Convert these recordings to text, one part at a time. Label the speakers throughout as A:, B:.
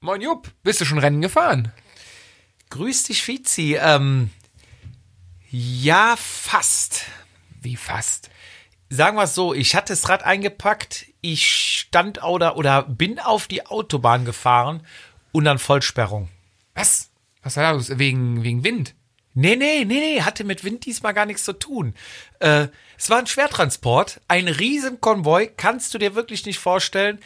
A: Moin Jupp, bist du schon Rennen gefahren?
B: Grüß dich, Fizi. Ähm, ja, fast.
A: Wie fast?
B: Sagen wir es so, ich hatte das Rad eingepackt, ich stand oder, oder bin auf die Autobahn gefahren und dann Vollsperrung.
A: Was? Was war da los? Wegen, wegen Wind?
B: Nee, nee, nee, nee, hatte mit Wind diesmal gar nichts zu tun. Äh, es war ein Schwertransport, ein Riesenkonvoi, kannst du dir wirklich nicht vorstellen.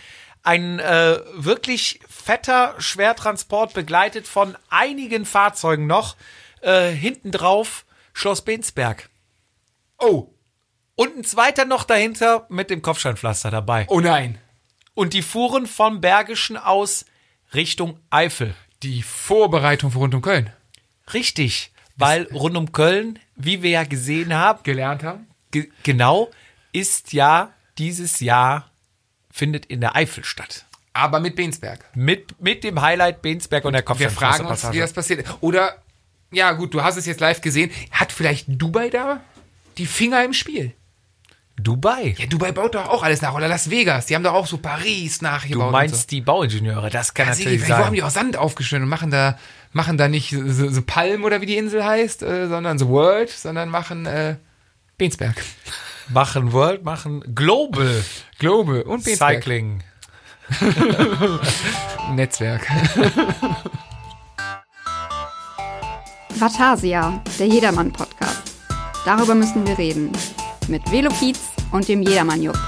B: Ein äh, wirklich fetter Schwertransport, begleitet von einigen Fahrzeugen noch. Äh, hinten drauf Schloss Bensberg.
A: Oh,
B: Und ein zweiter noch dahinter mit dem Kopfsteinpflaster dabei.
A: oh nein.
B: Und die fuhren vom Bergischen aus Richtung Eifel.
A: Die Vorbereitung für Rund um Köln.
B: Richtig, weil rund um Köln, wie wir ja gesehen haben,
A: Gelernt haben?
B: Ge genau, ist ja dieses Jahr, findet in der Eifel statt.
A: Aber mit Bensberg.
B: Mit, mit dem Highlight Bensberg und der
A: Wir fragen uns, wie
B: Kopfsteinpflasterpassage.
A: das passiert ist. Oder, ja gut, du hast es jetzt live gesehen. Hat vielleicht Dubai da die Finger im Spiel?
B: Dubai.
A: Ja, Dubai baut doch auch alles nach. Oder Las Vegas. Die haben doch auch so Paris nachgebaut.
B: Du
A: und
B: meinst
A: so.
B: die Bauingenieure, das kann
A: Also,
B: natürlich
A: vielleicht haben
B: sein.
A: die auch Sand aufgeschnitten und machen da, machen da nicht so, so Palm oder wie die Insel heißt, äh, sondern The World, sondern machen äh, Bensberg.
B: Machen World, machen Global
A: Globe und Bensberg.
B: Cycling.
A: Netzwerk.
C: Vatasia, der Jedermann-Podcast. Darüber müssen wir reden. Mit Velopiz und dem Jedermann-Jupp.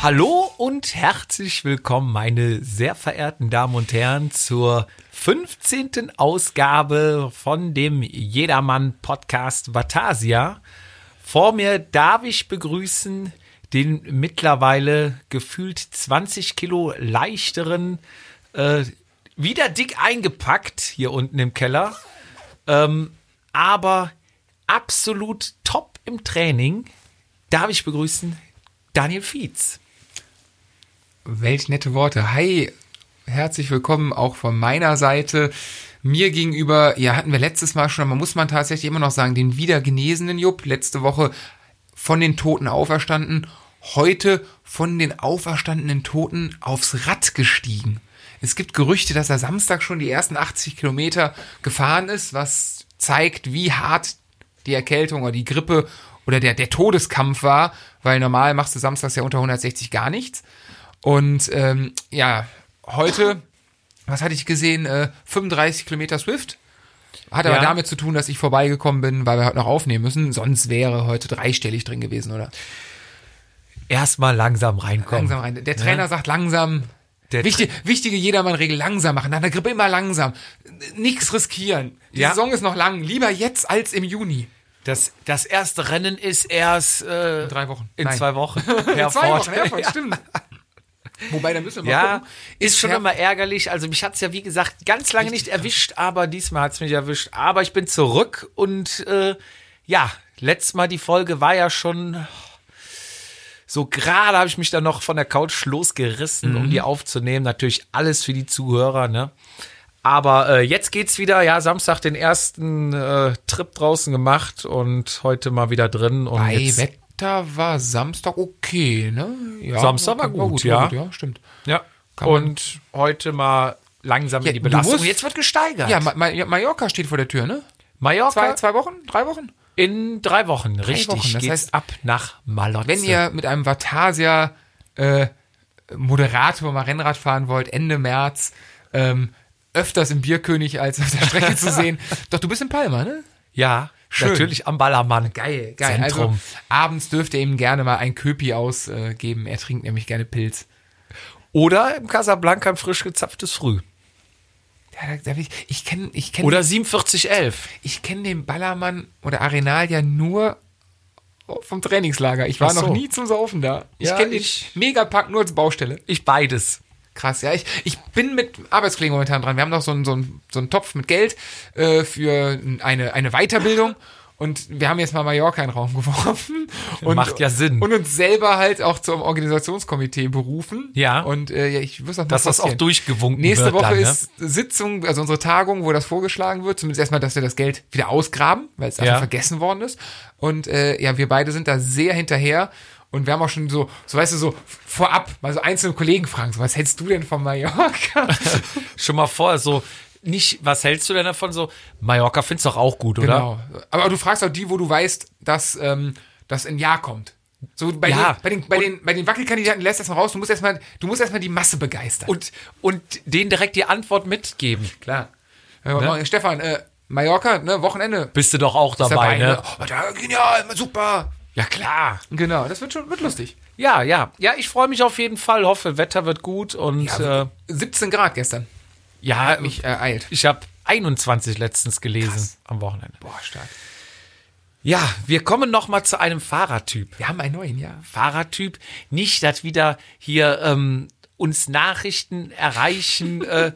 B: Hallo und herzlich willkommen, meine sehr verehrten Damen und Herren, zur 15. Ausgabe von dem Jedermann Podcast Vatasia. Vor mir darf ich begrüßen den mittlerweile gefühlt 20 Kilo leichteren, äh, wieder dick eingepackt hier unten im Keller, ähm, aber absolut top im Training, darf ich begrüßen Daniel Fietz.
A: Welch nette Worte. Hi, herzlich willkommen auch von meiner Seite. Mir gegenüber, ja, hatten wir letztes Mal schon, aber muss man tatsächlich immer noch sagen, den wieder genesenen Jupp, letzte Woche von den Toten auferstanden, heute von den auferstandenen Toten aufs Rad gestiegen. Es gibt Gerüchte, dass er Samstag schon die ersten 80 Kilometer gefahren ist, was zeigt, wie hart die Erkältung oder die Grippe oder der, der Todeskampf war, weil normal machst du samstags ja unter 160 gar nichts. Und ähm, ja, heute, was hatte ich gesehen? Äh, 35 Kilometer Swift. Hat aber
B: Ja.
A: damit zu tun, dass ich vorbeigekommen bin, weil wir heute noch aufnehmen müssen. Sonst wäre heute dreistellig drin gewesen, oder?
B: erstmal langsam reinkommen.
A: Langsam rein. Der Trainer sagt langsam.
B: Der
A: Wichtig, wichtige Jedermann-Regel, langsam machen. Nach der Grippe immer langsam. Nichts riskieren. Die
B: Ja.
A: Saison ist noch lang. Lieber jetzt als im Juni.
B: Das, das erste Rennen ist erst äh, in,
A: drei Wochen. Nein.
B: zwei Wochen.
A: In zwei
B: Herford.
A: Wochen, Herford, stimmt. Wobei, da müssen wir mal
B: Ja,
A: gucken.
B: ist schon
A: Herford-
B: immer ärgerlich. Also mich hat's ja, wie gesagt, ganz lange nicht erwischt, aber diesmal hat's mich erwischt. Aber ich bin zurück und äh, ja, letztes Mal die Folge war ja schon so gerade habe ich mich dann noch von der Couch losgerissen,
A: Mhm.
B: um die aufzunehmen. Natürlich alles für die Zuhörer, ne? Aber äh, jetzt geht's wieder. Ja, Samstag den ersten äh, Trip draußen gemacht und heute mal wieder drin. Und
A: Bei
B: jetzt,
A: Wetter war Samstag okay, ne? Ja,
B: Samstag war gut, ja.
A: ja, stimmt.
B: ja,
A: kann man-
B: und heute mal langsam in die
A: du
B: Belastung.
A: musst-
B: jetzt wird gesteigert.
A: Ja, Ma Ma Mallorca steht vor der Tür, ne?
B: Mallorca
A: Zwei, zwei Wochen? Drei Wochen?
B: in drei Wochen, richtig.
A: Wochen, das
B: geht's
A: heißt,
B: ab nach Malotze.
A: Wenn ihr mit einem Vatasia äh, Moderator mal Rennrad fahren wollt, Ende März, ähm, öfters im Bierkönig als auf der Strecke zu sehen. Doch du bist in Palma, ne?
B: ja,
A: Schön.
B: natürlich am Ballermann.
A: Geil, geil.
B: Zentrum.
A: Also abends dürft ihr ihm gerne mal ein Köpi ausgeben. Äh, geben. er trinkt nämlich gerne Pilz.
B: Oder im Casablanca ein frisch gezapftes Früh.
A: Ja, da, da, ich ich kenne ich kenn
B: Oder 4711.
A: Ich kenne den Ballermann oder Arenal ja nur vom Trainingslager. Ich war
B: Ach so.
A: noch nie zum Saufen da.
B: Ja,
A: ich kenne den
B: ich-
A: Megapark nur als Baustelle.
B: Ich beides.
A: Krass, ja. Ich, ich bin mit Arbeitskollegen momentan dran. Wir haben noch so einen, so einen, so einen Topf mit Geld äh, für eine, eine Weiterbildung. Und wir haben jetzt mal Mallorca in den Raum geworfen. Und,
B: Macht ja Sinn.
A: Und uns selber halt auch zum Organisationskomitee berufen.
B: Ja.
A: Und äh, ja, ich wüsste noch
B: Dass
A: mal
B: das auch
A: passieren.
B: durchgewunken
A: Nächste
B: wird.
A: Woche
B: dann, ne?
A: ist Sitzung, also unsere Tagung, wo das vorgeschlagen wird. Zumindest erstmal, dass wir das Geld wieder ausgraben, weil es
B: Ja.
A: einfach vergessen worden ist. Und äh, ja, wir beide sind da sehr hinterher. Und wir haben auch schon so, so weißt du, so vorab mal so einzelne Kollegen fragen, so, was hältst du denn von Mallorca?
B: Schon mal vor, so nicht, was hältst du denn davon? So, Mallorca findest du doch auch gut, oder?
A: genau. Aber du fragst auch die, wo du weißt, dass ähm, das ein Jahr kommt. So bei,
B: Ja.
A: den, bei, den, bei, den, bei den Wackelkandidaten lässt das mal raus, du musst erstmal erst die Masse begeistern.
B: Und, und denen direkt die Antwort mitgeben.
A: Klar. Äh,
B: ne?
A: morgen, Stefan, äh, Mallorca, ne, Wochenende.
B: Bist du doch auch
A: Ist
B: dabei, ne?
A: Oh, da, genial, super.
B: Ja, klar.
A: Genau, das wird schon wird lustig.
B: Ja, ja. Ja, ich freue mich auf jeden Fall. Hoffe, Wetter wird gut und ja, äh,
A: 17 Grad gestern. äh,
B: ja
A: Mich
B: ich,
A: ereilt.
B: ich habe 21 letztens gelesen am Wochenende.
A: Boah, stark.
B: Ja, wir kommen noch mal zu einem Fahrertyp.
A: Wir haben einen neuen, ja.
B: Fahrertyp, nicht, dass wieder hier ähm, uns Nachrichten erreichen, äh,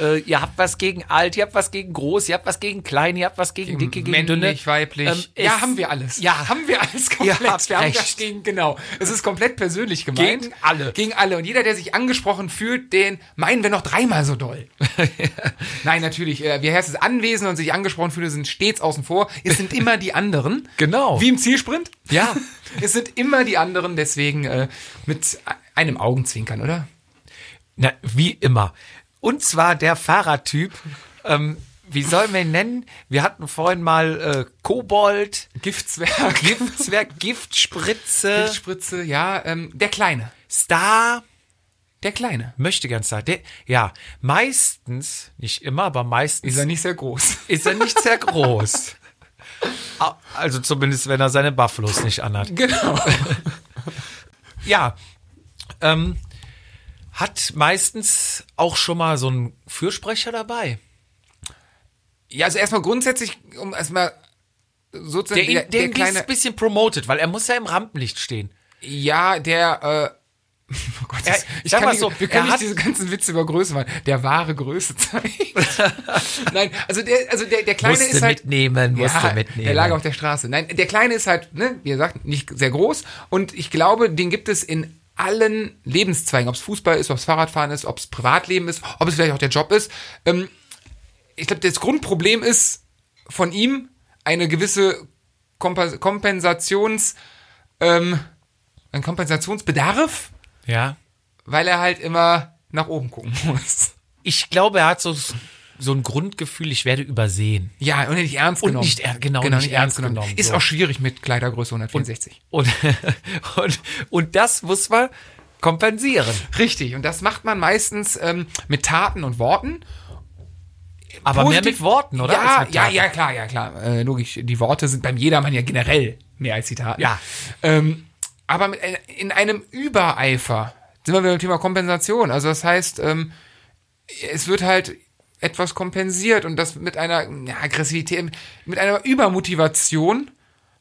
B: äh, ihr habt was gegen alt, ihr habt was gegen groß, ihr habt was gegen klein, ihr habt was gegen, dicke, gegen dünne.
A: Männlich, weiblich.
B: Ähm,
A: ja,
B: es-
A: haben wir alles.
B: Ja.
A: Haben wir alles komplett.
B: Ihr habt
A: wir haben
B: recht.
A: das Ding, genau. Es ist komplett persönlich gemeint.
B: Gegen alle.
A: Gegen alle. Und jeder, der sich angesprochen fühlt, den meinen wir noch dreimal so doll. Nein, natürlich. Äh, wir heißt es Anwesende und sich angesprochen fühlen, sind stets außen vor. Es sind immer die anderen.
B: Genau.
A: Wie im Zielsprint.
B: Ja.
A: es sind immer die anderen, deswegen äh, mit einem Augenzwinkern, oder?
B: Na, wie immer. Und zwar der Fahrertyp, ähm, wie sollen wir ihn nennen? Wir hatten vorhin mal äh, Kobold,
A: Giftzwerg.
B: Giftzwerg, Giftspritze,
A: Giftspritze, ja. Ähm, der Kleine.
B: Star,
A: Der Kleine.
B: möchte ganz sagen. Der, ja, meistens, nicht immer, aber meistens
A: Ist er nicht sehr groß.
B: ist er nicht sehr groß. Au- Also zumindest, wenn er seine Buffalos nicht anhat.
A: Genau.
B: Ja, ähm, hat meistens auch schon mal so einen Fürsprecher dabei.
A: Ja, also erstmal grundsätzlich, um erstmal
B: Der,
A: sozusagen
B: ihn-
A: der,
B: der,
A: der,
B: ihn ein
A: kleine,
B: bisschen promotet, weil er muss ja im Rampenlicht stehen.
A: ja, der, äh, oh Gott,
B: Er-
A: das- ich
B: sag
A: kann
B: mal
A: nicht,
B: so,
A: wir
B: er
A: können
B: hat-
A: nicht diese ganzen Witze über Größe machen, der wahre Größe zeigt. Nein, also der, also der, der kleine
B: Musste
A: ist halt,
B: mitnehmen, musste
A: ja,
B: mitnehmen.
A: der lag auf der Straße. Nein, der kleine ist halt, ne, wie gesagt, nicht sehr groß und ich glaube, den gibt es in allen Lebenszweigen, ob es Fußball ist, ob es Fahrradfahren ist, ob es Privatleben ist, ob es vielleicht auch der Job ist. Ähm, ich glaube, das Grundproblem ist von ihm eine gewisse Kompa- Kompensations, ähm, ein Kompensationsbedarf,
B: ja.
A: weil er halt immer nach oben gucken muss.
B: Ich glaube, er hat so, so ein Grundgefühl, ich werde übersehen.
A: Ja, und nicht ernst
B: Und
A: genommen.
B: nicht er- genau, nicht ernst genommen,
A: Ist
B: so.
A: auch schwierig mit Kleidergröße 164.
B: Und, und, und das muss man kompensieren.
A: Richtig, und das macht man meistens ähm, mit Taten und Worten.
B: Aber mehr
A: Positiv-
B: mit Worten, oder?
A: Ja,
B: als mit
A: ja,
B: Taten.
A: ja, klar, ja, klar. Äh, logisch, die Worte sind beim Jedermann ja generell mehr als die Taten.
B: Ja.
A: Ähm, aber mit, ein- in einem Übereifer sind wir wieder beim Thema Kompensation. Also das heißt, ähm, es wird halt etwas kompensiert und das mit einer ja, Aggressivität, mit einer Übermotivation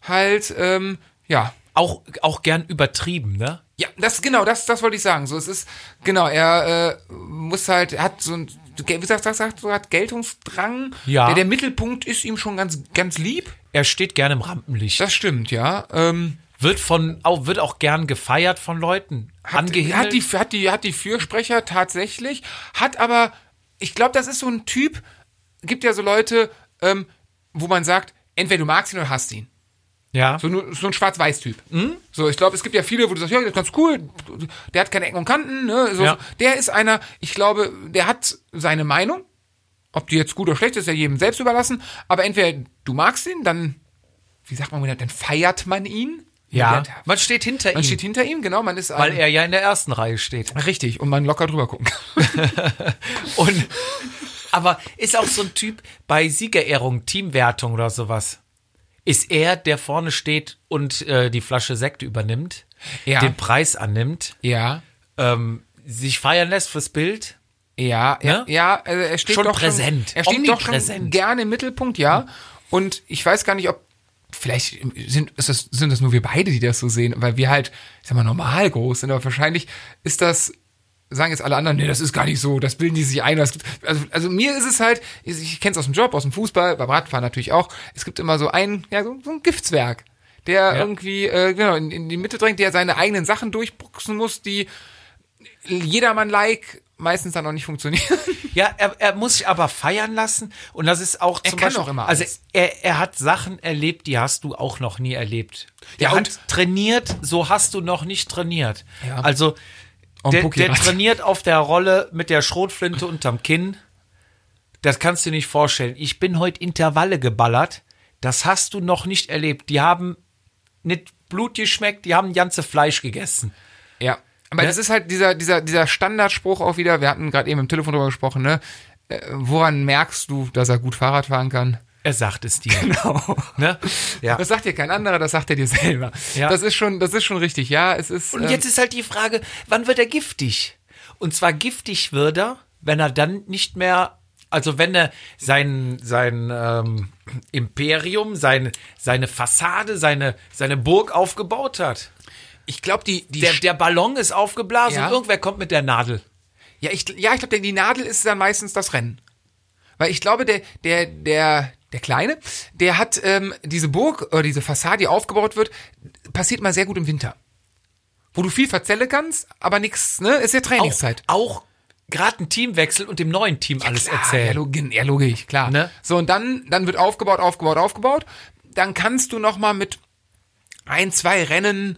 A: halt, ähm, ja,
B: Auch, auch gern übertrieben, ne?
A: ja, das genau, das, das wollte ich sagen. So, es ist genau, er äh, muss halt, er hat so ein, wie gesagt, das sagt, so hat Geltungsdrang.
B: Ja.
A: Der, der Mittelpunkt ist ihm schon ganz, ganz lieb.
B: Er steht gern im Rampenlicht.
A: Das stimmt, ja. Ähm,
B: Wird von auch, wird auch gern gefeiert von Leuten.
A: hat,
B: Angehimmelt.
A: hat die, hat die, hat die Fürsprecher tatsächlich, hat aber, ich glaube, das ist so ein Typ. Gibt ja so Leute, ähm, wo man sagt, entweder du magst ihn oder hast ihn.
B: ja.
A: So, nur, so ein Schwarz-Weiß-Typ. So, ich glaube, es gibt ja viele, wo du sagst, ja, der ist ganz cool, der hat keine Ecken und Kanten. Ne? So,
B: Ja.
A: Der ist einer, ich glaube, der hat seine Meinung. Ob die jetzt gut oder schlecht ist, ist ja jedem selbst überlassen. Aber entweder du magst ihn, dann, wie sagt man, dann feiert man ihn.
B: ja.
A: Der-
B: Man steht hinter
A: Man
B: ihm,
A: steht hinter ihm, genau, man ist
B: weil
A: ein-
B: er ja in der ersten Reihe steht.
A: Richtig, und man locker drüber gucken kann.
B: Und, aber ist auch so ein Typ bei Siegerehrung, Teamwertung oder sowas. Ist er, der vorne steht und äh, die Flasche Sekt übernimmt,
A: Ja.
B: den Preis annimmt,
A: Ja,
B: ähm, sich feiern lässt fürs Bild?
A: ja, ja,
B: Ne?
A: ja also er steht
B: Schon
A: doch
B: präsent,
A: Schon, er steht doch schon
B: omnipräsent.
A: gerne im Mittelpunkt, ja. Und ich weiß gar nicht, ob vielleicht sind, ist das, sind das nur wir beide, die das so sehen, weil wir halt, ich sag mal, normal groß sind, aber wahrscheinlich ist das, sagen jetzt alle anderen, nee, das ist gar nicht so, das bilden die sich ein. Das gibt, also, also mir ist es halt, ich, ich kenne es aus dem Job, aus dem Fußball, beim Radfahren natürlich auch, es gibt immer so einen, ja, so, so ein Giftswerk, der irgendwie, äh, genau, in, in die Mitte drängt, der seine eigenen Sachen durchbuchsen muss, die jedermann like meistens dann auch nicht funktionieren.
B: Ja, er, er muss sich aber feiern lassen und das ist auch
A: Er
B: zum
A: kann
B: Beispiel,
A: auch immer
B: also
A: alles.
B: er, er hat Sachen erlebt, die hast du auch noch nie erlebt.
A: Ja,
B: er hat
A: und-
B: trainiert, so hast du noch nicht trainiert.
A: Ja.
B: Also
A: Am
B: der, der
A: Pokérad.
B: trainiert auf der Rolle mit der Schrotflinte unterm Kinn. Das kannst du dir nicht vorstellen. Ich bin heute Intervalle geballert. Das hast du noch nicht erlebt. Die haben nicht Blut geschmeckt, die haben ganze Fleisch gegessen.
A: Ja. Aber
B: Ne?
A: das ist halt dieser, dieser, dieser Standardspruch auch wieder, wir hatten gerade eben im Telefon drüber gesprochen, ne? Äh, Woran merkst du, dass er gut Fahrrad fahren kann?
B: Er sagt es dir. Genau. Ne? Ja.
A: Das sagt dir kein anderer, das sagt er dir selber.
B: Ja.
A: Das ist schon, das ist schon richtig, ja. Es ist. ähm,
B: Und jetzt ist halt die Frage, wann wird er giftig? Und zwar giftig wird er, wenn er dann nicht mehr, also wenn er sein, sein ähm, Imperium, sein, seine Fassade, seine, seine Burg aufgebaut hat.
A: ich glaube, die, die
B: Der, der Ballon ist aufgeblasen
A: Ja.
B: und irgendwer kommt mit der Nadel.
A: Ja, ich, ja, ich glaube, die Nadel ist dann meistens das Rennen. Weil ich glaube, der, der, der, der Kleine, der hat ähm, diese Burg oder diese Fassade, die aufgebaut wird, passiert mal sehr gut im Winter. Wo du viel verzelle kannst, aber nix, ne? Ist ja
B: Auch,
A: Trainingszeit.
B: auch gerade ein Teamwechsel und dem neuen Team alles
A: Klar, Ja,
B: erzählen.
A: logisch, ja, logisch klar.
B: Ne?
A: So, und dann, dann wird aufgebaut, aufgebaut, aufgebaut. Dann kannst du noch mal mit ein, zwei Rennen,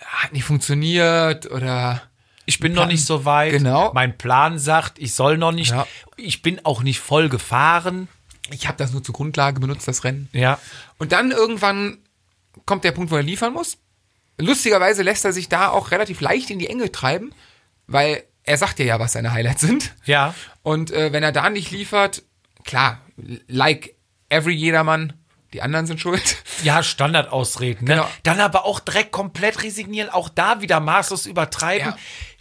A: äh, hat nicht funktioniert oder...
B: Ich bin noch nicht so weit.
A: Genau.
B: Mein Plan sagt, ich soll noch nicht.
A: Ja.
B: Ich bin auch nicht voll gefahren.
A: Ich habe das nur zur Grundlage benutzt, das Rennen.
B: Ja.
A: Und dann irgendwann kommt der Punkt, wo er liefern muss. Lustigerweise lässt er sich da auch relativ leicht in die Enge treiben, weil er sagt ja ja, was seine Highlights sind.
B: Ja.
A: Und äh, wenn er da nicht liefert, klar, like every jedermann, die anderen sind schuld.
B: Ja, Standardausreden. Ne?
A: Genau.
B: Dann aber auch direkt komplett resignieren, auch da wieder maßlos übertreiben.
A: Ja.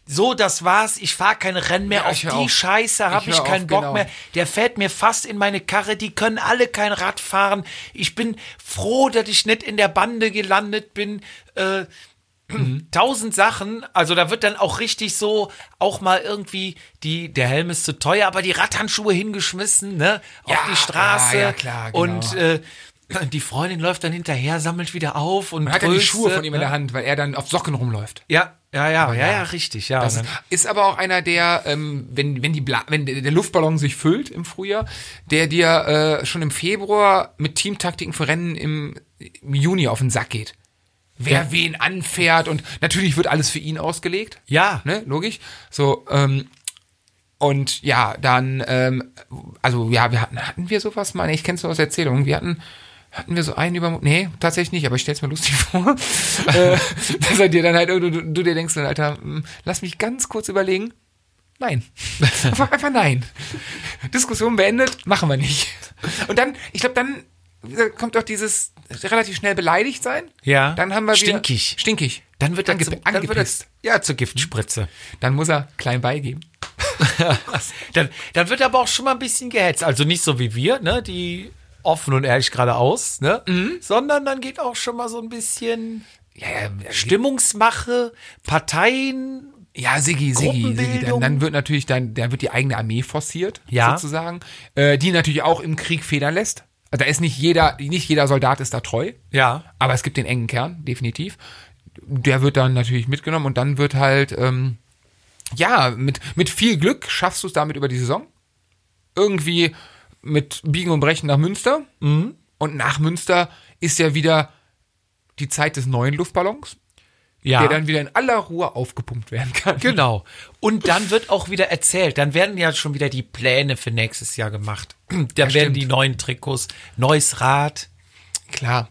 B: So, das war's. Ich fahre kein Rennen mehr.
A: Ja,
B: auf
A: ich
B: die
A: hör auf.
B: Scheiße
A: Ich
B: habe
A: hör
B: ich,
A: auf,
B: keinen Bock
A: genau.
B: mehr. Der fährt mir fast in meine Karre. Die können alle kein Rad fahren. Ich bin froh, dass ich nicht in der Bande gelandet bin. Äh,
A: Mhm.
B: tausend Sachen. Also da wird dann auch richtig so auch mal irgendwie die der Helm ist zu teuer, aber die Radhandschuhe hingeschmissen, ne,
A: Ja,
B: auf die Straße.
A: ja, ja, klar, genau.
B: Und äh, die Freundin läuft dann hinterher, sammelt wieder auf und
A: Man hat ja die
B: tröstet,
A: Schuhe von ihm in
B: ne?
A: der Hand, weil er dann auf Socken rumläuft.
B: Ja, ja, ja, ja, ja, richtig, ja.
A: Das
B: Und dann-
A: ist aber auch einer, der, ähm, wenn, wenn, die Bla wenn der der Luftballon sich füllt im Frühjahr, der dir äh, schon im Februar mit Teamtaktiken für Rennen im, im Juni auf den Sack geht. Wer wen anfährt und natürlich wird alles für ihn ausgelegt.
B: ja,
A: Ne, logisch. So, ähm, und ja, dann, ähm, also ja, wir hatten, hatten wir sowas mal? Nee, ich kenn's nur aus Erzählungen. Wir hatten, hatten wir so einen über, nee, tatsächlich nicht, aber ich stell's mir lustig vor, äh, dass er dir dann halt, du, du, du dir denkst dann, Alter, hm, lass mich ganz kurz überlegen. Nein. Einfach, einfach nein. Diskussion beendet, machen wir nicht. Und dann, ich glaube, dann kommt auch dieses relativ schnell beleidigt sein.
B: Ja.
A: Dann haben wir wieder-
B: Stinkig.
A: Stinkig.
B: dann wird er
A: Ange
B: zu, dann wird er,
A: angepisst.
B: ja zur Giftspritze.
A: Dann muss er klein beigeben.
B: Dann, dann wird aber auch schon mal ein bisschen gehetzt. Also nicht so wie wir, ne, die offen und ehrlich geradeaus, ne, sondern dann geht auch schon mal so ein bisschen
A: Mhm. Ja, ja,
B: Stimmungsmache, Parteien.
A: ja Siggi, Siggi, Siggi. Dann,
B: Gruppenbildung.
A: dann wird natürlich, dann, dann wird die eigene Armee forciert,
B: Ja.
A: sozusagen, äh, die natürlich auch im Krieg federn lässt. Also da ist nicht jeder, nicht jeder Soldat ist da treu,
B: Ja.
A: aber es gibt den engen Kern, definitiv. Der wird dann natürlich mitgenommen und dann wird halt, ähm, ja, mit, mit viel Glück schaffst du es damit über die Saison. Irgendwie mit Biegen und Brechen nach Münster.
B: Mhm.
A: Und nach Münster ist ja wieder die Zeit des neuen Luftballons,
B: Ja.
A: der dann wieder in aller Ruhe aufgepumpt werden kann.
B: Genau. Und dann wird auch wieder erzählt. Dann werden ja schon wieder die Pläne für nächstes Jahr gemacht. Dann werden
A: stimmt.
B: die neuen Trikots, neues Rad.
A: Klar.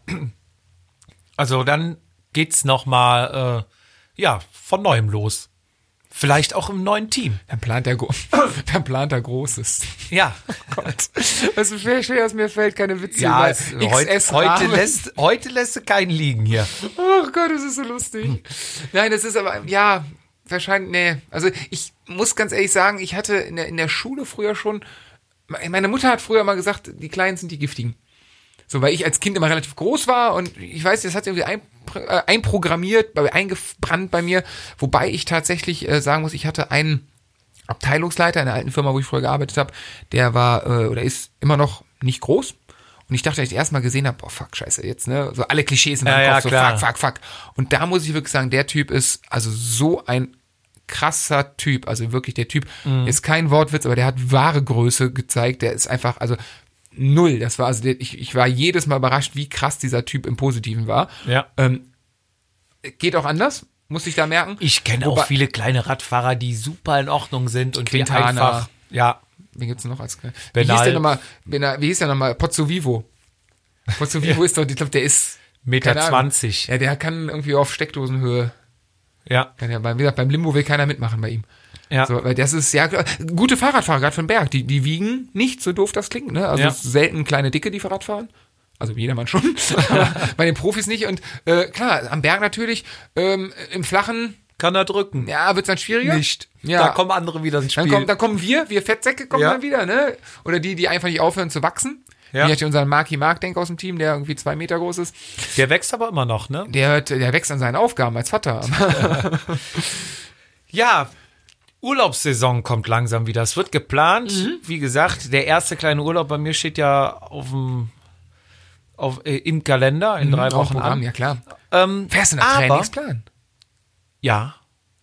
B: Also dann geht's noch mal äh, ja von neuem los. Vielleicht auch im neuen Team.
A: Dann plant er, gro- dann plant er Großes. Oh
B: Ja.
A: Gott. Es ist schwer, schwer, dass mir fällt, keine Witze
B: Ja,
A: über
B: es, heute,
A: XS
B: heute,
A: Rahmen.
B: lässt, heute lässt du keinen liegen hier.
A: Oh Gott, das ist so lustig. Nein, das ist aber, ja, wahrscheinlich, nee. Also ich muss ganz ehrlich sagen, ich hatte in der, in der Schule früher schon, me- meine Mutter hat früher mal gesagt, die Kleinen sind die Giftigen. So, weil ich als Kind immer relativ groß war und ich weiß, das hat sie irgendwie einpr- äh, einprogrammiert, bei- eingebrannt bei mir. Wobei ich tatsächlich äh, sagen muss, ich hatte einen Abteilungsleiter in der alten Firma, wo ich früher gearbeitet habe, der war äh, oder ist immer noch nicht groß. Und ich dachte, als ich das erste Mal gesehen habe, boah, fuck, scheiße, jetzt, ne? So alle Klischees in meinem
B: Ja, ja,
A: Kopf, so
B: klar.
A: fuck, fuck, fuck. Und da muss ich wirklich sagen, der Typ ist also so ein krasser Typ. Also wirklich der Typ
B: Mhm.
A: ist kein Wortwitz, aber der hat wahre Größe gezeigt. Der ist einfach, also null. Das war, also der, ich, ich war jedes Mal überrascht, wie krass dieser Typ im Positiven war.
B: Ja.
A: Ähm, geht auch anders, muss ich da merken.
B: Ich kenne auch
A: Wobei-
B: viele kleine Radfahrer, die super in Ordnung sind und
A: Quintana.
B: die einfach. Ja,
A: Wen gibt's denn noch als Wie
B: Benal.
A: hieß der nochmal? Benal- Wie hieß der nochmal? Pozzo Vivo. Pozzo Vivo ist doch, ich glaube, der ist.
B: Meter
A: keine Ahnung.
B: 20.
A: Ja, der kann irgendwie auf Steckdosenhöhe.
B: Ja,
A: Kann ja beim, wie gesagt, beim Limbo will keiner mitmachen bei ihm.
B: ja.
A: So, weil das ist ja gute Fahrradfahrer, gerade von Berg, die, die wiegen nicht, so doof das klingt, ne? Also
B: Ja.
A: es ist selten kleine Dicke, die Fahrrad fahren. Also jedermann schon. Aber bei den Profis nicht. Und äh, klar, am Berg natürlich, ähm, im Flachen,
B: Kann er drücken.
A: ja, wird's dann schwieriger.
B: Nicht.
A: Ja.
B: Da kommen andere wieder ins Spiel.
A: Dann, kommen, dann kommen wir, wir Fettsäcke kommen
B: Ja.
A: dann wieder, ne? Oder die, die einfach nicht aufhören zu wachsen.
B: Ja.
A: Ja. Ich hatte unseren Marki Mark denk aus dem Team, der irgendwie zwei Meter groß ist.
B: Der wächst aber immer noch, ne?
A: Der, hört, der wächst an seinen Aufgaben als Vater.
B: Ja, Urlaubssaison kommt langsam wieder. Es wird geplant.
A: Mhm.
B: Wie gesagt, der erste kleine Urlaub bei mir steht ja auf dem, auf, äh, im Kalender in drei
A: Auch
B: Wochen
A: Mhm, Programm,
B: an.
A: ja klar.
B: Ähm,
A: Fährst du nach
B: aber,
A: Trainingsplan?
B: ja,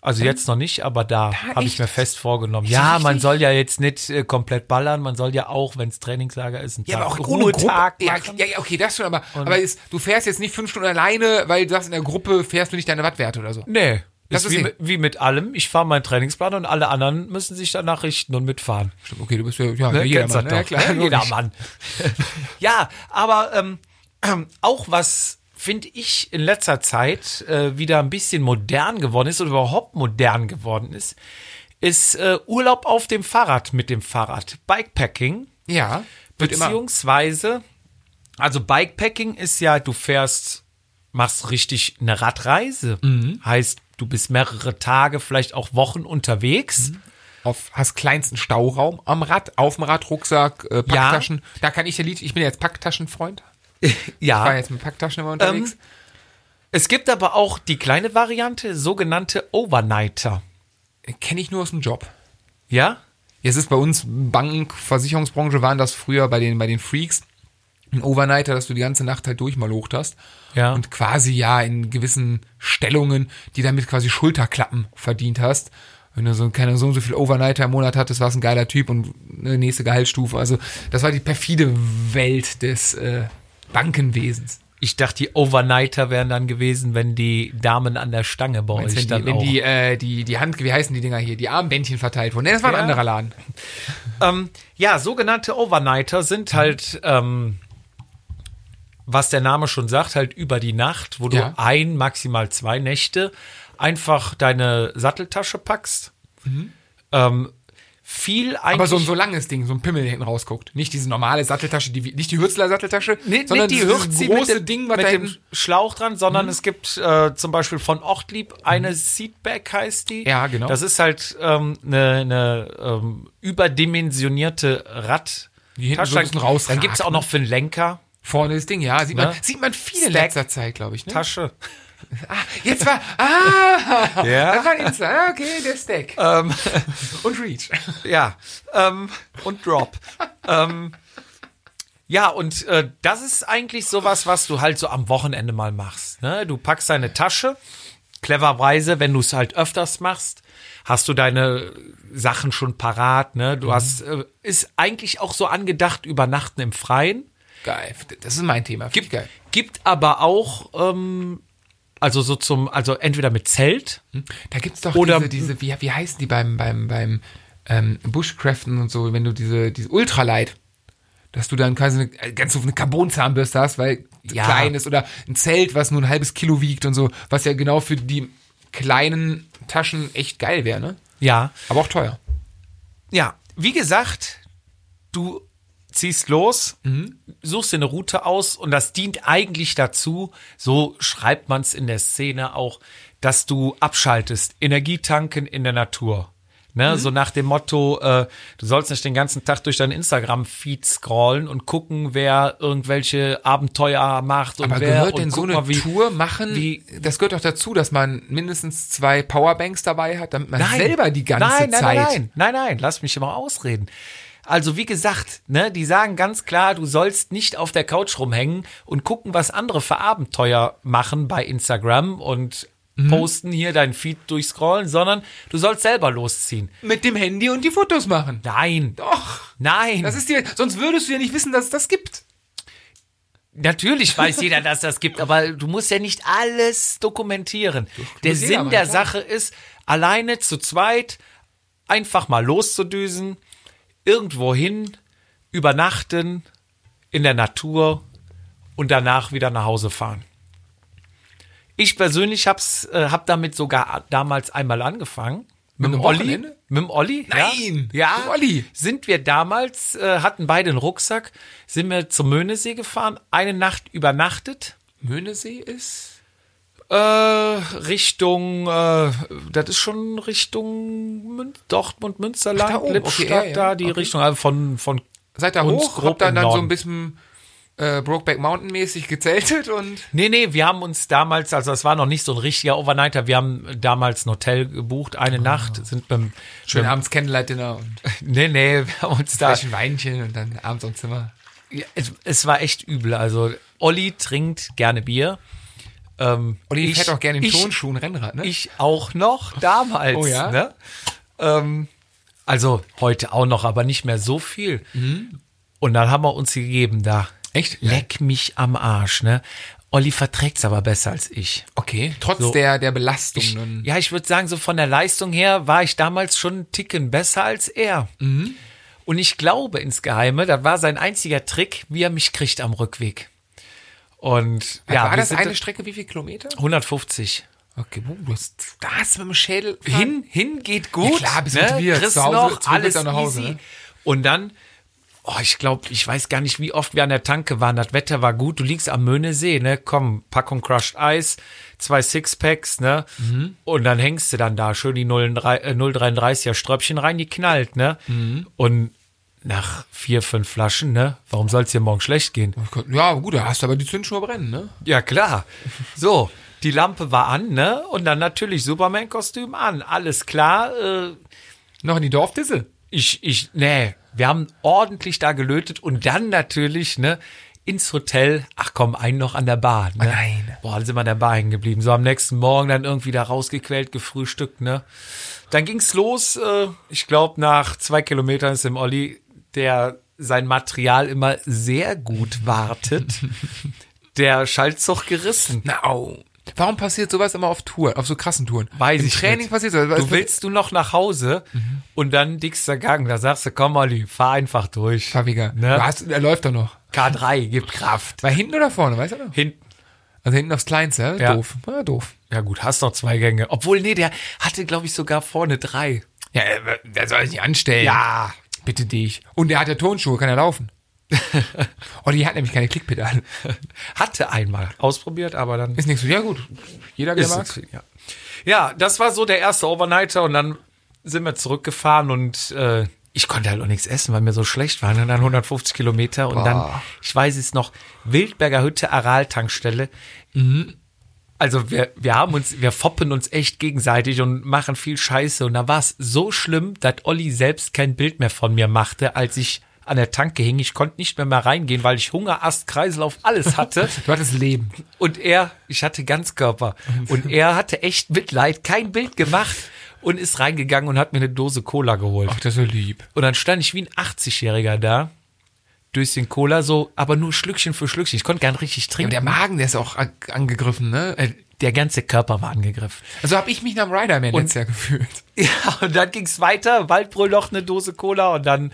B: also jetzt noch nicht, aber da habe ich
A: echt?
B: mir fest vorgenommen. Ja,
A: richtig?
B: man soll ja jetzt nicht äh, komplett ballern. Man soll ja auch, wenn es Trainingslager ist, einen
A: Ja,
B: Tag
A: aber auch ohne Gruppe.
B: Ruhetag
A: Ja,
B: machen.
A: ja, ja, okay, das schon, aber, aber ist, du fährst jetzt nicht fünf Stunden alleine, weil du sagst, in der Gruppe fährst du nicht deine Wattwerte oder so.
B: Nee.
A: Das
B: Das
A: ist
B: ist wie,
A: eh-
B: mit- wie mit allem. Ich fahre meinen Trainingsplan und alle anderen müssen sich danach richten und mitfahren.
A: Stimmt, okay, du bist ja, ja,
B: Ne?
A: jeder
B: Kennst
A: Mann,
B: das
A: ne?
B: doch. Ne? Jeder Mann. ja, aber ähm, ähm, auch was finde ich in letzter Zeit äh, wieder ein bisschen modern geworden ist oder überhaupt modern geworden ist, ist äh, Urlaub auf dem Fahrrad mit dem Fahrrad. Bikepacking.
A: Ja, wird immer.
B: Beziehungsweise, also Bikepacking ist ja, du fährst, machst richtig eine Radreise.
A: Mhm.
B: Heißt, du bist mehrere Tage, vielleicht auch Wochen unterwegs.
A: Mhm. Auf, hast kleinsten Stauraum am Rad, auf dem Rad, Rucksack, äh,
B: Ja.
A: Packtaschen. Da kann ich ja Lied, ich bin jetzt Packtaschenfreund. Ich war
B: Ja.
A: jetzt mit Packtaschen immer unterwegs.
B: Es gibt aber auch die kleine Variante, sogenannte Overnighter. Ähm.
A: Kenne ich nur aus dem Job.
B: Ja?
A: Jetzt ist bei uns Bank, Versicherungsbranche waren das früher bei den, bei den Freaks. Ein Overnighter, dass du die ganze Nacht halt durchmalocht hast.
B: Ja.
A: Und quasi ja in gewissen Stellungen, die damit quasi Schulterklappen verdient hast. Wenn du so, keine, so und so viel Overnighter im Monat hattest, warst du ein geiler Typ und eine nächste Gehaltsstufe. Also, das war die perfide Welt des äh, Bankenwesens.
B: Ich dachte, die Overnighter wären dann gewesen, wenn die Damen an der Stange bei
A: Meinst du,
B: euch
A: wenn die,
B: dann
A: wenn
B: auch.
A: die, äh, die, die Hand, wie heißen die Dinger hier, die Armbändchen verteilt wurden. Nee, das war ein
B: Ja.
A: anderer Laden.
B: Ähm, ja, sogenannte Overnighter
A: Mhm.
B: sind halt, ähm, was der Name schon sagt, halt über die Nacht, wo du
A: Ja.
B: ein, maximal zwei Nächte einfach deine Satteltasche packst. Ähm, viel eigentlich.
A: Mhm. Aber so ein so langes Ding, so ein Pimmel hinten rausguckt. Nicht diese normale Satteltasche, die, nicht die Hürzler-Satteltasche,
B: Nee,
A: sondern
B: nicht die
A: dieses
B: Hürzi
A: große
B: mit, dem-
A: Ding, Mhm. was
B: mit
A: da
B: dem
A: hinten-
B: Schlauch dran, sondern es gibt äh, zum Beispiel von Ochtlieb eine Seatback heißt die.
A: Mhm. Ja, genau.
B: Das ist halt ähm, eine eine, ähm, überdimensionierte Rad.
A: Die hinten so ein bisschen
B: Dann
A: rausragt,
B: gibt es auch
A: ne?
B: noch für den Lenker
A: vorne das Ding, ja, sieht man,
B: Ne?
A: sieht man viel in
B: Stack.
A: letzter Zeit, glaube ich. Ne?
B: Tasche.
A: Jetzt war, ah,
B: Ja.
A: das war ein Insta, ah, okay, der Stack.
B: Ähm,
A: Und Reach.
B: ja. Ähm, und Drop. ähm, ja, und äh, das ist eigentlich sowas, was du halt so am Wochenende mal machst. Ne? Du packst deine Tasche. Cleverweise, wenn du es halt öfters machst, hast du deine Sachen schon parat. Ne? Du hast, äh, ist eigentlich auch so angedacht, übernachten im Freien.
A: Geil, das ist mein Thema. Gibt geil.
B: Gibt aber auch, ähm, also so zum, also entweder mit Zelt.
A: Da gibt's doch
B: Oder-
A: diese, diese wie, wie heißen die beim, beim, beim ähm, Bushcraften und so, wenn du diese, diese Ultralight, dass du dann quasi eine, äh, ganz so eine Carbon-Zahnbürste hast, weil
B: Ja.
A: klein ist oder ein Zelt, was nur ein halbes Kilo wiegt und so, was ja genau für die kleinen Taschen echt geil wäre, ne?
B: Ja.
A: Aber auch teuer.
B: Ja, wie gesagt, du ziehst los,
A: Mhm.
B: suchst dir eine Route aus und das dient eigentlich dazu, so schreibt man es in der Szene auch, dass du abschaltest, Energie tanken in der Natur.
A: Mhm.
B: Ne, So nach dem Motto, äh, du sollst nicht den ganzen Tag durch deinen Instagram-Feed scrollen und gucken, wer irgendwelche Abenteuer macht und
A: Aber
B: wer
A: gehört
B: und
A: denn so
B: guck
A: eine
B: mal, wie,
A: Tour machen?
B: wie-
A: das gehört doch dazu, dass man mindestens zwei Powerbanks dabei hat, damit man selber die ganze
B: nein, nein,
A: Zeit.
B: Nein, nein, nein, nein, lass mich immer ausreden. Also wie gesagt, ne, die sagen ganz klar, du sollst nicht auf der Couch rumhängen und gucken, was andere für Abenteuer machen bei Instagram und
A: Mhm.
B: posten, hier deinen Feed durchscrollen, sondern du sollst selber losziehen.
A: Mit dem Handy und die Fotos machen.
B: Nein,
A: Doch.
B: nein.
A: Das ist dir, sonst würdest du ja nicht wissen, dass es das gibt.
B: Natürlich weiß jeder, dass das gibt, aber du musst ja nicht alles dokumentieren. Der
A: jeder,
B: Sinn
A: aber
B: der
A: klar.
B: Sache ist, alleine zu zweit einfach mal loszudüsen, irgendwo hin, übernachten in der Natur und danach wieder nach Hause fahren. Ich persönlich hab's, äh, hab damit sogar a- damals einmal angefangen.
A: Mit
B: dem
A: einem
B: Olli.
A: Wochenende?
B: Mit dem Olli?
A: Nein,
B: Ja.
A: mit
B: ja.
A: dem Olli.
B: Sind wir damals, äh, hatten beide einen Rucksack, sind wir zum Möhnesee gefahren, eine Nacht übernachtet,
A: Möhnesee ist.
B: äh, Richtung, äh, das ist schon Richtung Mün Dortmund, Münsterland,
A: Ach, da oben,
B: Lippstadt,
A: okay, ja, ja,
B: da die
A: okay.
B: Richtung, also von, von
A: Seid da
B: uns
A: hoch,
B: grob
A: habt dann,
B: im
A: dann so ein
B: Norden.
A: bisschen äh, Brokeback Mountain mäßig gezeltet und.
B: Nee, nee, wir haben uns damals, also es war noch nicht so ein richtiger Overnighter, wir haben damals ein Hotel gebucht, eine Nacht, sind beim,
A: Schön abends Candlelight-Dinner und
B: nee, nee, wir haben uns da,
A: ein Weinchen und dann abends am Zimmer.
B: Ja, es, es war echt übel, also Olli trinkt gerne Bier. Ähm,
A: Und ich,
B: ich-
A: fährt auch gerne in
B: ich-
A: Turnschuhen Rennrad, ne?
B: Ich auch noch damals.
A: Oh ja?
B: Ne? Ähm, also heute auch noch, aber nicht mehr so viel. Und dann haben wir uns gegeben da.
A: Mhm. Echt?
B: Leck mich am Arsch, ne? Olli verträgt's aber besser als ich.
A: Okay. Trotz
B: So.
A: der, der Belastung.
B: Ich,
A: und-
B: ja, ich würde sagen, so von der Leistung her war ich damals schon einen Ticken besser als er.
A: Mhm.
B: Und ich glaube insgeheime, das war sein einziger Trick, wie er mich kriegt am Rückweg. Und ja,
A: war
B: wir
A: das
B: sind
A: eine Strecke, wie viel Kilometer?
B: 150.
A: Okay, wow, du hast das mit dem Schädel.
B: hin, hin geht gut. ne?
A: Ja, klar, bist motiviert.
B: Chris
A: Zu Hause-
B: noch,
A: zu Hause
B: alles
A: geht's auch nach Hause,
B: easy.
A: ne?
B: Und dann, oh, ich glaube, ich weiß gar nicht, wie oft wir an der Tanke waren. Das Wetter war gut, du liegst am Möhnesee, ne? Komm, Packung Crushed Eis, zwei Sixpacks, ne?
A: Mhm.
B: Und dann hängst du dann da schön die 03, äh, 0,33er Ströppchen rein, die knallt, ne?
A: Mhm.
B: Und nach vier, fünf Flaschen, ne? Warum soll es dir morgen schlecht gehen?
A: Oh Ja, gut, da hast du aber die Zündschnur brennen, ne?
B: Ja, klar. So, die Lampe war an, ne? Und dann natürlich Superman-Kostüm an. Alles klar. Äh,
A: Noch in die Dorfdisse.
B: ich, ich, nee, wir haben ordentlich da gelötet und dann natürlich, ne, ins Hotel, ach komm, einen noch an der Bar, ne?
A: Nein.
B: Boah, dann sind wir an der Bar hängen geblieben. So am nächsten Morgen dann irgendwie da rausgequält, gefrühstückt, ne? Dann ging's los, äh, ich glaube, nach zwei Kilometern ist dem Olli, der sein Material immer sehr gut wartet, der Schaltzug gerissen.
A: Na, au. Warum passiert sowas immer auf Touren, auf so krassen Touren?
B: Weiß
A: Im
B: ich
A: Training
B: nicht.
A: passiert also sowas.
B: Du willst du noch nach Hause
A: Mhm.
B: und dann dickster Gang, da sagst du, komm Olli, fahr einfach durch.
A: Fabiger.
B: Ne?
A: Du hast, er läuft doch noch.
B: K3 gibt Kraft.
A: War hinten oder vorne, weißt du noch?
B: Hinten.
A: Also hinten aufs Kleinste, ja?
B: Ja.
A: doof. Ja, doof.
B: Ja gut, hast noch zwei Gänge. Obwohl, nee, der hatte, glaube ich, sogar vorne drei.
A: Ja, der soll sich nicht anstellen.
B: Ja.
A: Bitte dich. Und er hat ja Tonschuhe, kann er laufen. oh, die hat nämlich keine Klickpedale.
B: Hatte einmal ausprobiert, aber dann
A: Ist nichts so. Ja, gut. Jeder, der
B: ist
A: mag.
B: es. Ja. ja, das war so der erste Overnighter und dann sind wir zurückgefahren und äh, ich konnte halt auch nichts essen, weil mir so schlecht war. Und dann 150 Kilometer und dann,
A: Boah.
B: ich weiß es noch, Wildberger Hütte Aral-Tankstelle. Also wir, wir haben uns, wir foppen uns echt gegenseitig und machen viel Scheiße. Und da war es so schlimm, dass Olli selbst kein Bild mehr von mir machte, als ich an der Tanke hing. Ich konnte nicht mehr mal reingehen, weil ich Hunger, Ast, Kreislauf, alles hatte.
A: Du hattest Leben.
B: Und er, ich hatte Ganzkörper. Und er hatte echt Mitleid, kein Bild gemacht und ist reingegangen und hat mir eine Dose Cola geholt.
A: Ach, das ist so lieb.
B: Und dann stand ich wie ein 80-Jähriger da. Döschen Cola so, aber nur Schlückchen für Schlückchen. Ich konnte gar nicht richtig
A: Und
B: trinken.
A: der Magen, der ist auch an- angegriffen, ne?
B: Äh, der ganze Körper war angegriffen.
A: Also habe ich mich nach dem Riderman letztes Jahr gefühlt.
B: Ja, und dann ging's weiter, Waldbrüll noch eine Dose Cola und dann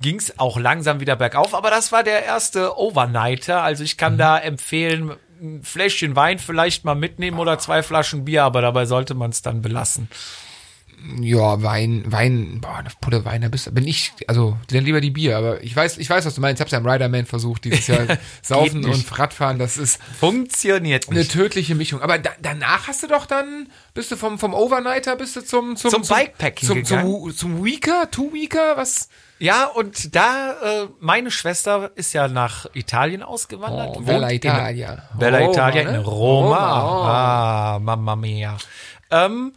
B: ging's auch langsam wieder bergauf. Aber das war der erste Overnighter. Also ich kann da empfehlen, ein Fläschchen Wein vielleicht mal mitnehmen oder zwei Flaschen Bier, aber dabei sollte man es dann belassen.
A: Ja, Wein, Wein, boah, eine Pulle Wein, da bist, bin ich, also dann lieber die Bier, aber ich weiß, ich weiß, was du meinst. Ich hab's ja im Riderman versucht dieses Jahr. Saufen
B: nicht.
A: und Radfahren, das ist
B: Funktioniert
A: eine
B: nicht.
A: tödliche Mischung. Aber da, danach hast du doch dann, bist du vom, vom Overnighter, bist du zum, zum,
B: Zum Bikepacking
A: zum,
B: gegangen.
A: zum, zum Weaker, Two Weaker, was?
B: Ja, und da, äh, meine Schwester ist ja nach Italien ausgewandert.
A: Oh,
B: wohnt
A: Bella
B: in-
A: Italia.
B: Bella
A: Roma,
B: Italia
A: ne?
B: in Roma.
A: Roma, oh.
B: Ah, Mamma mia. Ähm,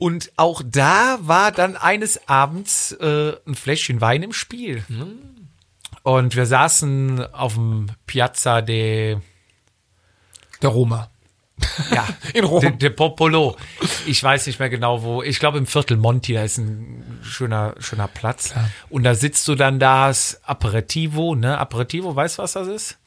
B: und auch da war dann eines Abends äh, ein Fläschchen Wein im Spiel.
A: Hm.
B: Und wir saßen auf dem Piazza de
A: Der Roma.
B: Ja,
A: In Rom.
B: De, de Popolo. Ich weiß nicht mehr genau wo. Ich glaube im Viertel Monti, da ist ein schöner, schöner Platz. Und da sitzt du dann da, hast Aperitivo, ne? Aperitivo, weißt du, was das ist?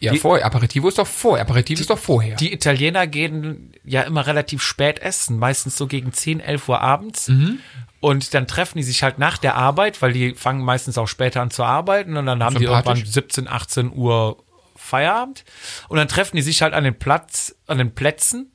A: Ja, vorher. Aperitivo ist doch vorher. Aperitivo ist doch vorher.
B: Die Italiener gehen ja immer relativ spät essen, meistens so gegen 10, 11 Uhr abends.
A: Mhm.
B: Und dann treffen die sich halt nach der Arbeit, weil die fangen meistens auch später an zu arbeiten und dann haben die
A: Sympathisch.
B: irgendwann 17, 18 Uhr Feierabend. Und dann treffen die sich halt an den Platz, an den Plätzen.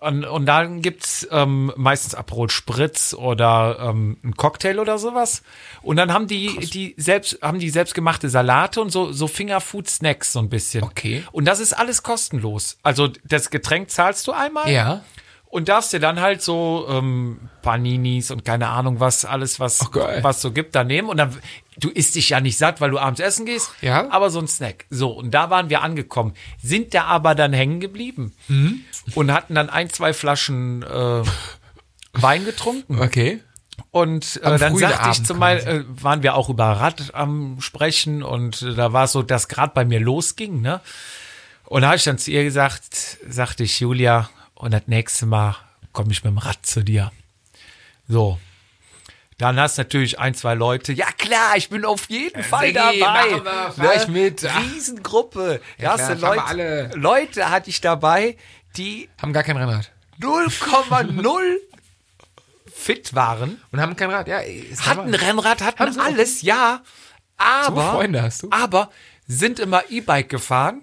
B: Und, und dann gibt's ähm, meistens Aperol Spritz oder ähm, einen Cocktail oder sowas. Und dann haben die, die selbst, haben die selbstgemachte Salate und so, so Fingerfood Snacks so ein bisschen.
A: Okay.
B: Und das ist alles kostenlos. Also das Getränk zahlst du einmal
A: ja.
B: und darfst dir dann halt so ähm, Paninis und keine Ahnung was, alles was
A: Ach, geil.
B: was so gibt daneben und dann du isst dich ja nicht satt, weil du abends essen gehst,
A: Ja.
B: aber so ein Snack. So und da waren wir angekommen, sind da aber dann hängen geblieben
A: Hm?
B: und hatten dann ein zwei Flaschen äh, Wein getrunken.
A: Okay.
B: Und
A: Am
B: äh, dann
A: frühen
B: sagte ich
A: Abend
B: zum Mal, äh, waren wir auch über Rad am Sprechen und äh, da war es so, dass gerade bei mir losging, ne? Und da habe ich dann zu ihr gesagt, sagte ich, Julia, und das nächste Mal komme ich mit dem Rad zu dir. So. Dann hast du natürlich ein, zwei Leute. Ja klar, ich bin auf jeden Fall
A: Siggi,
B: dabei. Ne,
A: machen wir, fahr ich mit.
B: Riesengruppe.
A: Ja,
B: da hast du
A: klar,
B: Leute,
A: fahren wir alle.
B: Leute hatte ich dabei, die
A: Haben gar kein Rennrad.
B: 0,0 fit waren
A: Und haben kein Rad. Ja, ist
B: hatten
A: normal.
B: Rennrad,
A: Haben
B: hatten
A: sie auch.
B: alles, ja. Aber,
A: So Freunde hast du.
B: aber sind immer E-Bike gefahren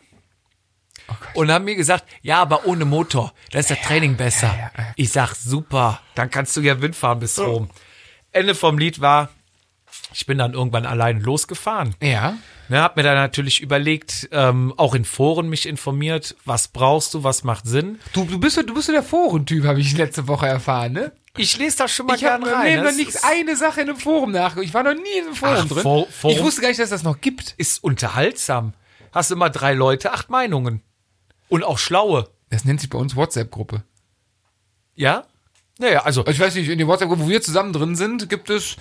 B: und haben mir gesagt, ja, aber ohne Motor, da ist das Training besser.
A: Oh ja, ja.
B: Ich sag, super, dann kannst du ja Wind fahren bis Rom. Ende vom Lied war, ich bin dann irgendwann alleine losgefahren.
A: Ja.
B: Ne, hab mir dann natürlich überlegt, ähm, auch in Foren mich informiert, was brauchst du, was macht Sinn.
A: Du, du bist so- du bist so der Forentyp, habe ich letzte Woche erfahren, ne?
B: Ich lese das schon mal
A: Ich habe
B: gerne
A: im
B: rein.
A: Leben noch
B: Das
A: nicht
B: ist-
A: eine Sache in einem Forum nachgeguckt. Ich war noch nie in einem Forum
B: Ach,
A: drin.
B: For- Forum-
A: Ich wusste gar nicht, dass das noch gibt.
B: ist unterhaltsam. Hast immer drei Leute, acht Meinungen. Und auch schlaue.
A: Das nennt sich bei uns WhatsApp-Gruppe.
B: Ja? Naja, also
A: Also ich weiß nicht, in der WhatsApp-Gruppe, wo wir zusammen drin sind, gibt es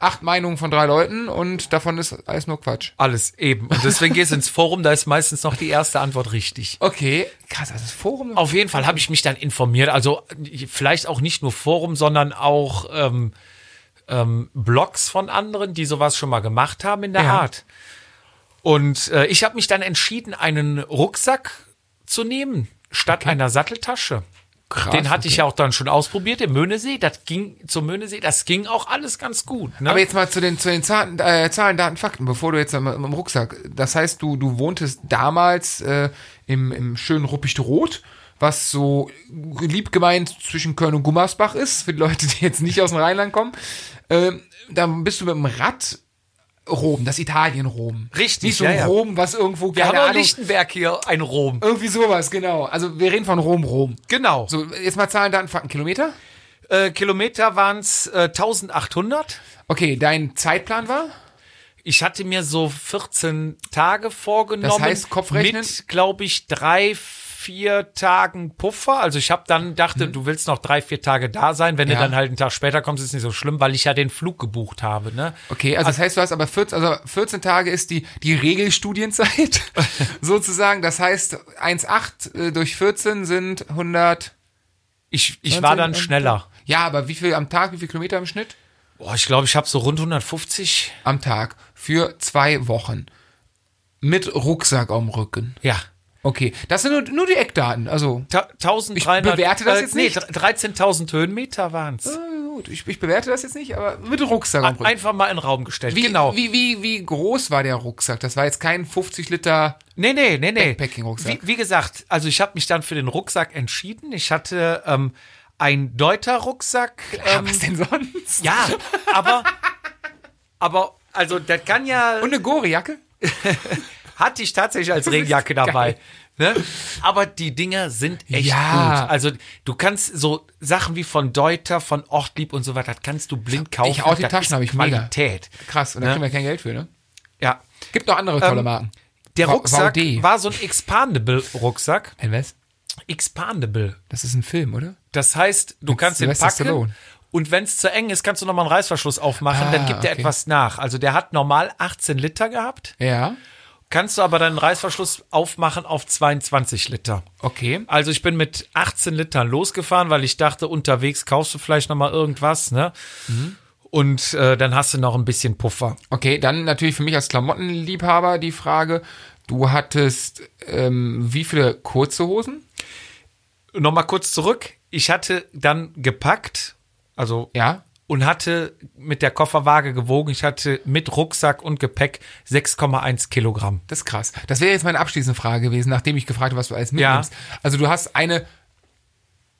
A: acht Meinungen von drei Leuten und davon ist alles nur Quatsch.
B: alles eben. Und deswegen gehst du ins Forum, da ist meistens noch die erste Antwort richtig.
A: Okay, krass, also das Forum.
B: Auf jeden Fall habe ich mich dann informiert. Also vielleicht auch nicht nur Forum, sondern auch ähm, ähm, Blogs von anderen, die sowas schon mal gemacht haben in der
A: Ja.
B: Art. Und äh, ich habe mich dann entschieden, einen Rucksack zu nehmen, statt einer Satteltasche.
A: krass,
B: Den hatte ich ja auch dann schon ausprobiert im Möhnesee. Das ging zum Möhnesee, das ging auch alles ganz gut. Ne?
A: Aber jetzt mal zu den, zu den Zahlen, äh, Zahlen, Daten, Fakten, bevor du jetzt mal im Rucksack. Das heißt, du, du wohntest damals äh, im, im schönen Ruppicht-Rot, was so lieb gemeint zwischen Köln und Gummersbach ist, für die Leute, die jetzt nicht aus dem Rheinland kommen. Ähm, dann bist du mit dem Rad Rom, das Italien-Rom.
B: Richtig,
A: Nicht so
B: ja, ja.
A: Rom, was irgendwo,
B: wir haben
A: keine
B: auch
A: Ahnung,
B: Lichtenberg hier, ein Rom.
A: irgendwie sowas, genau. Also wir reden von Rom, Rom.
B: Genau.
A: So, jetzt mal Zahlen, Daten, Fakten, Kilometer.
B: Äh, Kilometer waren es äh, 1800.
A: Okay, dein Zeitplan war?
B: Ich hatte mir so 14 Tage vorgenommen.
A: Das heißt, Kopfrechnen?
B: Mit, glaube ich, drei, vier Tagen Puffer. Also ich habe dann dachte, du willst noch drei, vier Tage da sein. Wenn
A: Mhm. Ja.
B: du dann halt einen Tag später kommst, ist nicht so schlimm, weil ich ja den Flug gebucht habe. Ne?
A: Okay, also das heißt, du hast aber 14, also 14 Tage ist die, die Regelstudienzeit sozusagen. Das heißt, 1,8 äh, durch 14 sind 100.
B: Ich, ich war
A: 19
B: dann
A: und-
B: schneller.
A: Ja, aber wie viel am Tag, wie viel Kilometer im Schnitt?
B: Boah, ich glaube, ich habe so rund 150.
A: Am Tag. Für zwei Wochen. Mit Rucksack am Rücken.
B: Ja.
A: Okay, das sind nur, nur die Eckdaten. Also,
B: Ta- 1300.
A: Ich bewerte das jetzt nicht.
B: Nee, 13.000 Höhenmeter waren's.
A: äh, gut, ich, ich bewerte das jetzt nicht, aber mit Rucksack am
B: Ah, Ein-
A: Rücken.
B: Einfach mal in den Raum gestellt.
A: Ah. Wie,
B: genau.
A: wie, wie, wie groß war der Rucksack? Das war jetzt kein 50 Liter.
B: nee, nee, nee, nee.
A: Backpacking-Rucksack.
B: Wie, wie gesagt, also ich habe mich dann für den Rucksack entschieden. Ich hatte ähm, einen Deuter-Rucksack.
A: Ja,
B: Ähm,
A: Äh, was denn sonst?
B: ja, aber, aber, also das kann ja,
A: Und eine Gorejacke?
B: hatte ich tatsächlich als Regenjacke
A: geil.
B: dabei. Ne? Aber die Dinger sind echt
A: Ja.
B: gut. Also du kannst so Sachen wie von Deuter, von Ortlieb und so weiter, das kannst du blind kaufen.
A: Ich- auch die
B: Das
A: Taschen
B: ist
A: habe ich mega.
B: Qualität.
A: Krass, und da
B: Ja.
A: kriegen wir kein Geld für, ne?
B: Ja.
A: Gibt noch andere tolle
B: Ähm,
A: Marken.
B: Der
A: V-
B: Rucksack
A: VD.
B: war so ein Expandable-Rucksack.
A: NWS?
B: Expandable.
A: Das ist ein Film, oder?
B: Das heißt, du
A: Mit
B: kannst den
A: Sylvester
B: packen
A: Stallone.
B: und wenn es zu eng ist, kannst du nochmal einen Reißverschluss aufmachen,
A: Ah,
B: dann gibt er
A: okay.
B: etwas nach. Also der hat normal 18 Liter gehabt
A: Ja.
B: kannst du aber deinen Reißverschluss aufmachen auf 22 Liter.
A: Okay.
B: Also ich bin mit 18 Litern losgefahren, weil ich dachte, unterwegs kaufst du vielleicht noch mal irgendwas, ne?
A: Mhm.
B: Und äh, dann hast du noch ein bisschen Puffer.
A: Okay, dann natürlich für mich als Klamottenliebhaber die Frage, du hattest ähm, wie viele kurze Hosen?
B: Noch mal kurz zurück. Ich hatte dann gepackt, also
A: Ja.
B: und hatte mit der Kofferwaage gewogen. Ich hatte mit Rucksack und Gepäck 6,1 Kilogramm.
A: Das ist krass. Das wäre jetzt meine abschließende Frage gewesen, nachdem ich gefragt habe, was du alles mitnimmst. Also du hast eine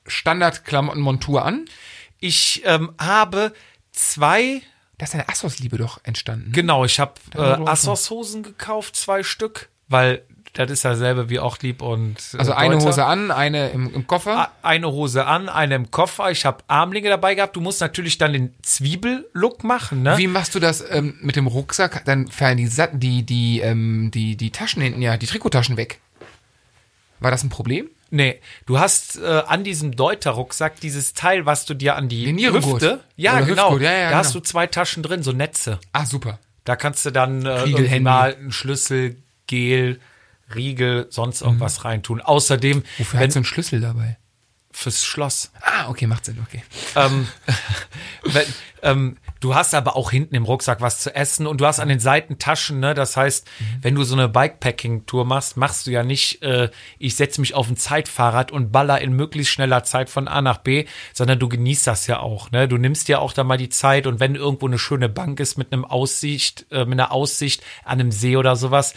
A: Standard-Klamottenmontur an.
B: Ich ähm, habe zwei,
A: Da ist eine Assos-Liebe doch entstanden.
B: genau, ich habe äh,
A: war was.
B: Assos-Hosen gekauft, zwei Stück, weil das ist dasselbe wie auch lieb und äh,
A: Also eine
B: Deuter.
A: Hose an, eine im, im Koffer.
B: A- eine Hose an, eine im Koffer. Ich habe Armlinge dabei gehabt. Du musst natürlich dann den Zwiebel-Look machen, ne?
A: Wie machst du das ähm, mit dem Rucksack? Dann fallen die, Sat- die, die, ähm, die, die Taschen hinten, ja, die Trikottaschen weg. War das ein Problem?
B: Nee, du hast äh, an diesem Deuter-Rucksack dieses Teil, was du dir an die
A: Den Nierengurt.
B: Hüfte, ja
A: Oder
B: genau,
A: Hüftgurt, ja, ja,
B: da hast du
A: genau.
B: zwei Taschen drin, so Netze.
A: Ah, super.
B: Da kannst du dann äh,
A: Riegel,
B: irgendwie
A: Handy.
B: mal einen Schlüssel, Gel, Riegel, sonst irgendwas reintun. Außerdem
A: Wofür hast du einen Schlüssel dabei?
B: fürs Schloss.
A: Ah, okay, macht Sinn, okay.
B: ähm, wenn, ähm, du hast aber auch hinten im Rucksack was zu essen und du hast an den Seiten Taschen. Ne? Das heißt,
A: Mhm.
B: wenn du so eine Bikepacking-Tour machst, machst du ja nicht, äh, ich setze mich auf ein Zeitfahrrad und baller in möglichst schneller Zeit von A nach B, sondern du genießt das ja auch. Ne? Du nimmst ja auch da mal die Zeit und wenn irgendwo eine schöne Bank ist mit einem Aussicht, äh, mit einer Aussicht an einem See oder sowas,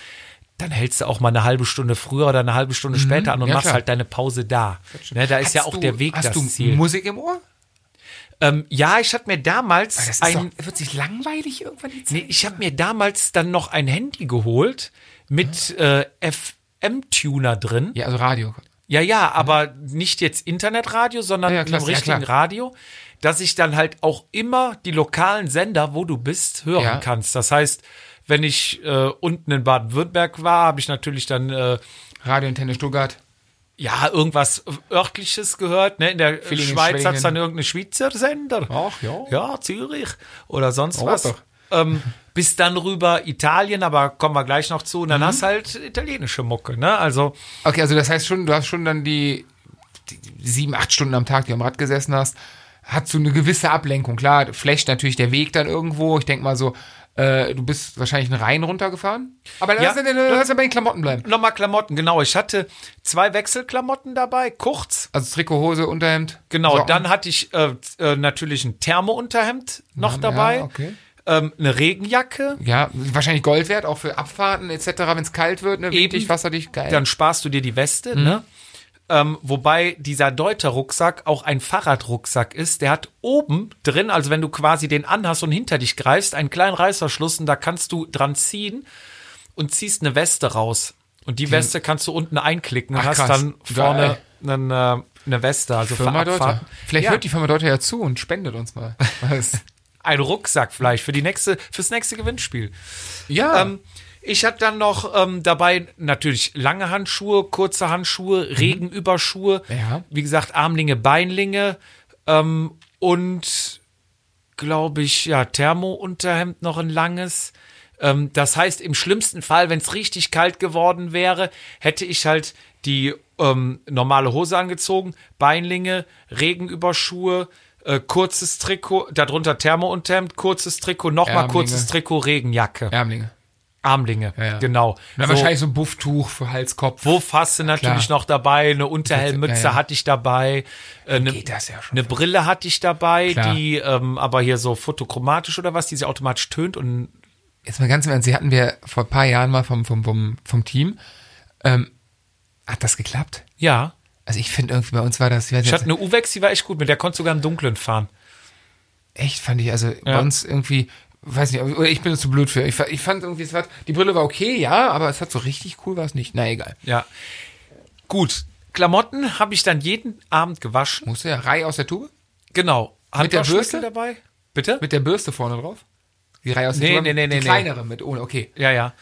B: dann hältst du auch mal eine halbe Stunde früher oder eine halbe Stunde später an und
A: Mhm. ja,
B: machst
A: klar.
B: halt deine Pause da. Ne, da ist ja
A: Hast
B: auch
A: du-
B: der Weg
A: hast
B: das
A: du
B: Ziel.
A: Musik im Ohr?
B: Ähm, ja, ich hatte mir
A: Weil
B: damals
A: Ah, Das ist
B: ein,
A: doch, wird sich langweilig irgendwann die Zeit.
B: nee, ich habe mir damals dann noch ein Handy geholt mit äh, FM-Tuner drin.
A: Ja, also Radio.
B: Ja, ja, aber nicht jetzt Internetradio, sondern
A: Ja, ja,
B: mit einem
A: klasse, ja,
B: richtigen
A: klar.
B: Radio, dass ich dann halt auch immer die lokalen Sender, wo du bist, hören
A: Ja.
B: kannst. Das heißt, wenn ich äh, unten in Baden-Württemberg war, habe ich natürlich dann äh,
A: Radio Antenne Stuttgart.
B: ja irgendwas örtliches gehört. Ne? In der
A: Villingen,
B: Schweiz hat es
A: Schwenningen.
B: dann irgendeinen Schweizer Sender.
A: Ach ja.
B: Ja, Zürich oder sonst
A: Oh,
B: was.
A: doch.
B: Ähm, bis dann rüber Italien, aber kommen wir gleich noch zu. Und dann
A: Mhm.
B: hast du halt italienische Mucke, ne? Also,
A: Okay, also das heißt schon, du hast schon dann die, die sieben, acht Stunden am Tag, die du am Rad gesessen hast, hast du eine gewisse Ablenkung. Klar, flecht natürlich der Weg dann irgendwo. Ich denke mal so, äh, du bist wahrscheinlich einen Rhein runtergefahren. Aber
B: Ja.
A: lass ja. lass ja bei den Klamotten bleiben.
B: nochmal Klamotten, genau. Ich hatte zwei Wechselklamotten dabei, kurz.
A: Also Trikot, Hose, Unterhemd.
B: Genau,
A: Socken.
B: dann hatte ich äh, z- äh, natürlich ein Thermounterhemd noch dabei.
A: ja, okay.
B: ähm, eine Regenjacke.
A: Ja, wahrscheinlich Gold wert, auch für Abfahrten etc., wenn es kalt wird, ne, windig, wasserdicht, geil.
B: Dann sparst du dir die Weste,
A: Mhm.
B: ne? Ähm, wobei dieser Deuter-Rucksack auch ein Fahrradrucksack ist. Der hat oben drin, also wenn du quasi den anhast und hinter dich greifst, einen kleinen Reißverschluss und da kannst du dran ziehen und ziehst eine Weste raus. Und die Weste kannst du unten einklicken und
A: Ach,
B: hast
A: krass.
B: dann vorne
A: Geil.
B: einen, äh, eine Weste. Also für
A: Firma
B: Abfahrten.
A: Deuter. Vielleicht
B: ja,
A: hört die Firma Deuter ja zu und spendet uns mal. Was?
B: ein Rucksack vielleicht für die nächste, fürs nächste Gewinnspiel.
A: ja.
B: Ähm, ich habe dann noch ähm, dabei natürlich lange Handschuhe, kurze Handschuhe, Regenüberschuhe,
A: Mhm. Ja.
B: wie gesagt Armlinge, Beinlinge ähm, und glaube ich ja Thermounterhemd noch ein langes. Ähm, das heißt im schlimmsten Fall, wenn es richtig kalt geworden wäre, hätte ich halt die ähm, normale Hose angezogen, Beinlinge, Regenüberschuhe. Äh, kurzes Trikot, darunter Thermounterhemd, kurzes Trikot, nochmal
A: Ärmlinge.
B: kurzes Trikot, Regenjacke.
A: Ärmlinge.
B: Armlinge,
A: ja.
B: genau.
A: Dann
B: so,
A: wahrscheinlich so ein Bufftuch für Hals, Kopf.
B: Wurf hast du natürlich
A: Klar.
B: noch dabei, eine Unterhellmütze
A: Ja, ja.
B: hatte ich dabei, äh, eine,
A: geht das ja schon
B: eine Brille hatte ich dabei,
A: Klar.
B: die ähm, aber hier so fotochromatisch oder was, die sie automatisch tönt und
A: Jetzt mal ganz im Ernst, sie hatten wir vor ein paar Jahren mal vom, vom, vom, vom Team. Ähm, hat das geklappt?
B: ja.
A: Also ich finde irgendwie bei uns war das, ich weiß also
B: Ich hatte
A: jetzt,
B: eine Uwex, die war echt gut, mit der konntest du sogar im Dunkeln fahren.
A: echt fand ich, also bei uns irgendwie, weiß nicht, oder ich bin zu blöd für. Ich, fa- ich fand irgendwie, es war, die Brille war okay, ja, aber es hat so richtig cool war es nicht. Na egal.
B: Ja. Gut. Klamotten habe ich dann jeden Abend gewaschen.
A: Musste ja, Reihe aus der Tube?
B: Genau.
A: Mit der Bürste?
B: Handwaschmittel dabei? Bitte?
A: Mit der Bürste vorne drauf? Die Reihe aus der
B: Nee,
A: Tube?
B: nee, nee,
A: die
B: nee, nee.
A: kleinere mit, ohne, okay.
B: Ja, ja.